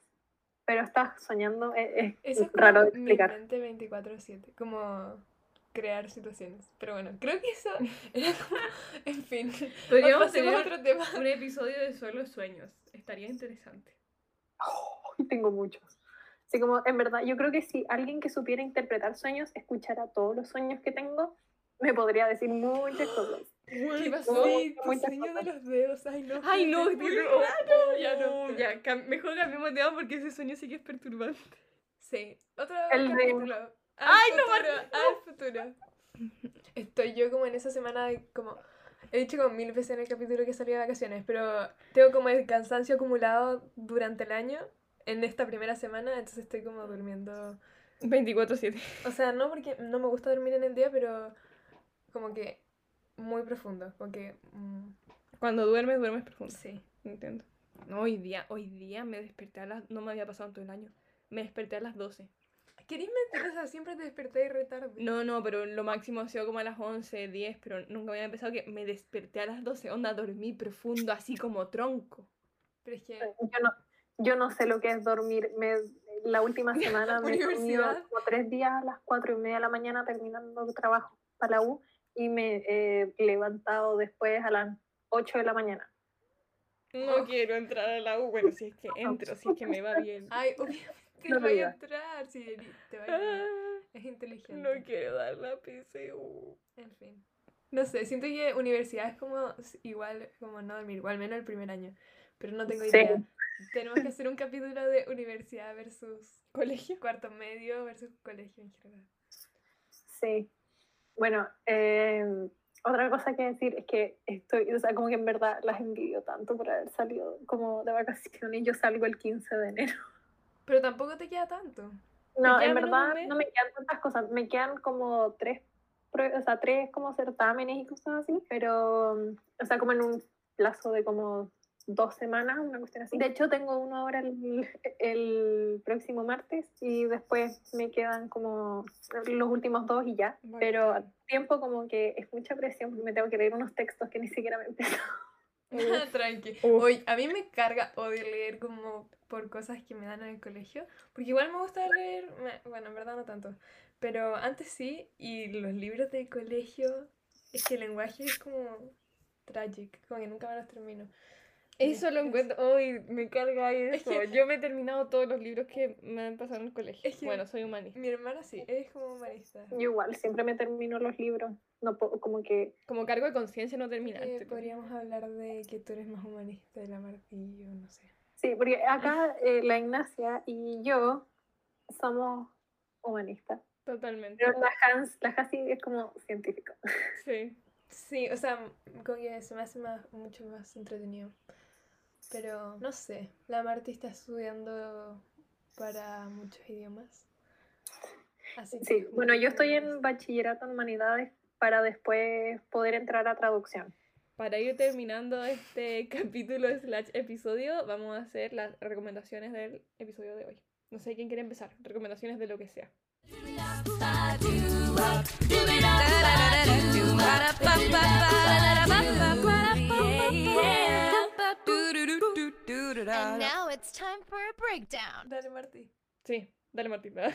Speaker 1: pero estás soñando, es, es
Speaker 3: Eso es como
Speaker 1: raro de
Speaker 3: mi
Speaker 1: explicar.
Speaker 3: mente 24/7, como crear situaciones. Pero bueno, creo que eso era como, en fin.
Speaker 2: Podríamos
Speaker 3: Pasemos a
Speaker 2: tener
Speaker 3: otro tema.
Speaker 2: un episodio de solo sueños. Estaría interesante.
Speaker 1: Tengo muchos. Así como, en verdad, yo creo que si alguien que supiera interpretar sueños, escuchara todos los sueños que tengo, me podría decir muchas cosas.
Speaker 3: ¿Qué
Speaker 1: pasó?
Speaker 3: pasó? Sí, tu
Speaker 1: Muchas
Speaker 3: sueño de
Speaker 1: cosas.
Speaker 3: los dedos. Ay, no.
Speaker 2: Ay,
Speaker 3: fíjate,
Speaker 2: no,
Speaker 3: es muy
Speaker 2: Dios,
Speaker 3: raro.
Speaker 2: oh,
Speaker 3: ya no.
Speaker 2: ya, cam- mejor cambiemos de tema porque ese sueño sí que es perturbante.
Speaker 3: Sí, otro
Speaker 1: El de-
Speaker 3: capítulo. Al
Speaker 2: Ay, no,
Speaker 3: futuro, Al futuro. Estoy yo como en esa semana de como... He dicho como mil veces en el capítulo que salí de vacaciones, pero tengo como el cansancio acumulado durante el año, en esta primera semana, entonces estoy como durmiendo...
Speaker 2: 24-7.
Speaker 3: O sea, no porque no me gusta dormir en el día, pero como que muy profundo, como que... mm,
Speaker 2: Cuando duermes, duermes profundo.
Speaker 3: sí.
Speaker 2: Entiendo. No, hoy día, hoy día me desperté a las... No me había pasado en todo el año. Me desperté a las 12.
Speaker 3: ¿Querís mentir? O sea, siempre te desperté y retardo.
Speaker 2: No, no, pero lo máximo ha sido como a las 11, 10, pero nunca había pensado que me desperté a las 12. Onda, dormí profundo, así como tronco.
Speaker 3: Pero es que...
Speaker 1: yo no, yo no sé lo que es dormir. Me, la última semana me he dormido
Speaker 3: Universidad.
Speaker 1: como tres días a las cuatro y media de la mañana terminando el trabajo para la U y me he eh, levantado después a las 8 de la mañana.
Speaker 2: No quiero entrar a la U. Bueno, si es que entro, si es que me va bien.
Speaker 3: Ay, obviamente no
Speaker 1: No lo
Speaker 3: voy a
Speaker 1: digas.
Speaker 3: entrar, si te va a ir bien.
Speaker 2: Ah,
Speaker 3: Es inteligente.
Speaker 2: no quiero dar la PCU.
Speaker 3: En fin. No sé, siento que universidad es como igual, como no dormir, o al menos el primer año. Pero no tengo
Speaker 1: Sí.
Speaker 3: idea. Tenemos que hacer un capítulo de universidad versus
Speaker 2: Colegio.
Speaker 3: cuarto medio versus colegio en general.
Speaker 1: Sí. Bueno, eh, otra cosa que decir es que estoy, o sea, como que en verdad las envidio tanto por haber salido como de vacaciones. Yo salgo el 15 de enero.
Speaker 3: Pero tampoco te queda tanto.
Speaker 1: No,
Speaker 2: queda
Speaker 1: en
Speaker 2: menos de un
Speaker 1: verdad
Speaker 2: mes.
Speaker 1: no me quedan tantas cosas. Me quedan como tres, prue- o sea, tres como certámenes y cosas así, pero, mm, o sea, como en un plazo de como dos semanas, una cuestión así. De hecho, tengo uno ahora el, el próximo martes y después me quedan como los últimos dos y ya.
Speaker 2: Bueno.
Speaker 1: Pero al tiempo como que es mucha presión porque me tengo que leer unos textos que ni siquiera me empiezan.
Speaker 3: Tranqui.
Speaker 2: Uf.
Speaker 3: Oye, a mí me carga odio leer como por cosas que me dan en el colegio, porque igual me gusta leer, me- bueno, en verdad no tanto, pero antes sí, y los libros del colegio, es que el lenguaje es como tragic, como que nunca me los termino.
Speaker 2: Eso lo
Speaker 3: Es-
Speaker 2: encuentro. Uy, me carga
Speaker 3: Es
Speaker 2: eso.
Speaker 3: que-
Speaker 2: Yo me he terminado todos los libros que me han pasado en el colegio.
Speaker 3: Es que-
Speaker 2: Bueno, soy humanista.
Speaker 3: Mi hermana sí, es como humanista.
Speaker 1: Yo igual, siempre me termino los libros. No puedo, como que
Speaker 2: Como cargo de conciencia no terminaste.
Speaker 3: Eh, podríamos hablar de que tú eres más humanista de la Martí, o no sé.
Speaker 1: Sí, porque acá eh, la Ignacia y yo somos humanistas.
Speaker 2: Totalmente.
Speaker 1: Pero la Hans, la Hasi es como científica.
Speaker 2: Sí.
Speaker 3: Sí, o sea, como que se me hace más, mucho más entretenido. Pero no sé, la Marti está estudiando para muchos idiomas. Así que
Speaker 1: Sí, bueno, yo estoy en
Speaker 3: juntos-
Speaker 1: bachillerato en humanidades para después poder entrar a traducción.
Speaker 2: Para ir terminando este capítulo slash episodio, vamos a hacer las recomendaciones del episodio de hoy. No sé quién quiere empezar. Recomendaciones de lo que sea.
Speaker 4: And now it's time for a breakdown.
Speaker 3: Dale, Marti.
Speaker 2: Sí, dale Martita.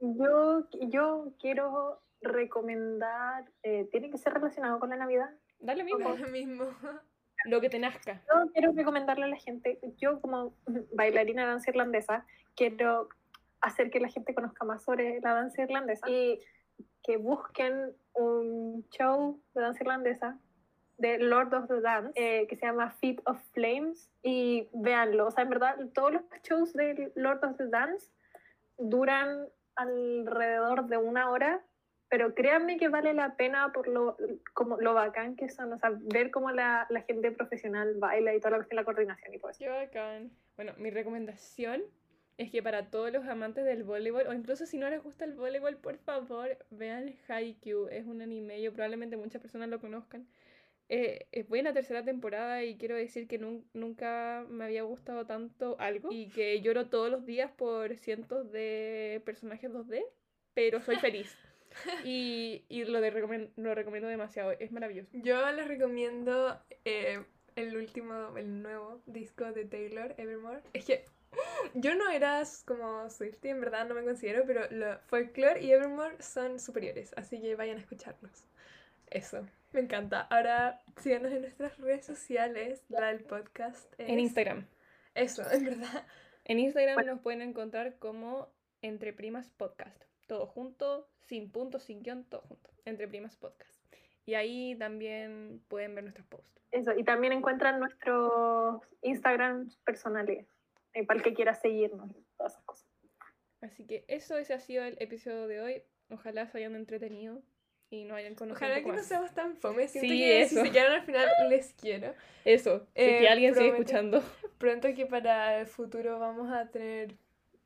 Speaker 1: Yo, yo quiero recomendar, eh, tiene que ser relacionado con la Navidad.
Speaker 2: Dale mismo.
Speaker 3: Ahora mismo.
Speaker 2: Lo que te nazca.
Speaker 1: Yo quiero recomendarle a la gente, yo como bailarina de danza irlandesa, quiero hacer que la gente conozca más sobre la danza irlandesa y que busquen un show de danza irlandesa de Lord of the Dance eh, que se llama Feet of Flames y véanlo. O sea, en verdad, todos los shows de Lord of the Dance duran alrededor de una hora pero créanme que vale la pena por lo, como, lo bacán que son, o sea, ver cómo la, la gente profesional baila y toda la cuestión, la coordinación y todo eso.
Speaker 2: Qué bacán. Bueno, mi recomendación es que para todos los amantes del voleibol, o incluso si no les gusta el voleibol, por favor, vean Haikyuu. Es un anime, yo probablemente muchas personas lo conozcan. Eh, eh, voy en la tercera temporada y quiero decir que nun- nunca me había gustado tanto algo y que lloro todos los días por cientos de personajes 2D, pero soy feliz. Y, y lo, de recomen- lo recomiendo demasiado, es maravilloso.
Speaker 3: Yo les recomiendo eh, el último, el nuevo disco de Taylor, Evermore. Es que yo no era como Swifty, en verdad no me considero, pero lo, Folklore y Evermore son superiores, así que vayan a escucharlos. Eso, me encanta. Ahora síganos en nuestras redes sociales, la del podcast. es-
Speaker 2: En Instagram.
Speaker 3: Eso, en verdad.
Speaker 2: En Instagram
Speaker 1: Bueno.
Speaker 2: nos pueden encontrar como Entre Primas Podcast. Todo junto, sin puntos, sin guión, todo junto. Entre Primas Podcast. Y ahí también pueden ver nuestros posts.
Speaker 1: Eso, y también encuentran nuestros Instagram personales, eh, para el que quiera seguirnos y todas esas cosas.
Speaker 2: Así que eso ese ha sido el episodio de hoy. Ojalá se hayan entretenido y no hayan conocido. un
Speaker 3: Ojalá
Speaker 2: poco
Speaker 3: que no
Speaker 2: más.
Speaker 3: seamos tan fome. Siento
Speaker 2: Sí,
Speaker 3: que
Speaker 2: eso.
Speaker 3: si se quedaron al final, les quiero.
Speaker 2: Eso, si
Speaker 3: Eh,
Speaker 2: que alguien sigue
Speaker 3: promete-
Speaker 2: escuchando.
Speaker 3: pronto que para el futuro vamos a tener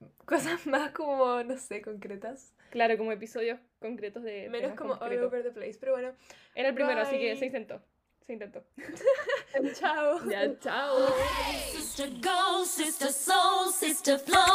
Speaker 3: cosas más como, no sé, concretas.
Speaker 2: Claro, como episodios concretos de.
Speaker 3: Menos
Speaker 2: Eh, temas
Speaker 3: como all
Speaker 2: concretos.
Speaker 3: over the place. Pero bueno,
Speaker 2: Era el primero, así que
Speaker 3: Bye.
Speaker 2: se intentó. Se intentó.
Speaker 3: chao.
Speaker 2: Ya, chao.
Speaker 4: Sister, go, sister, soul, sister, flow.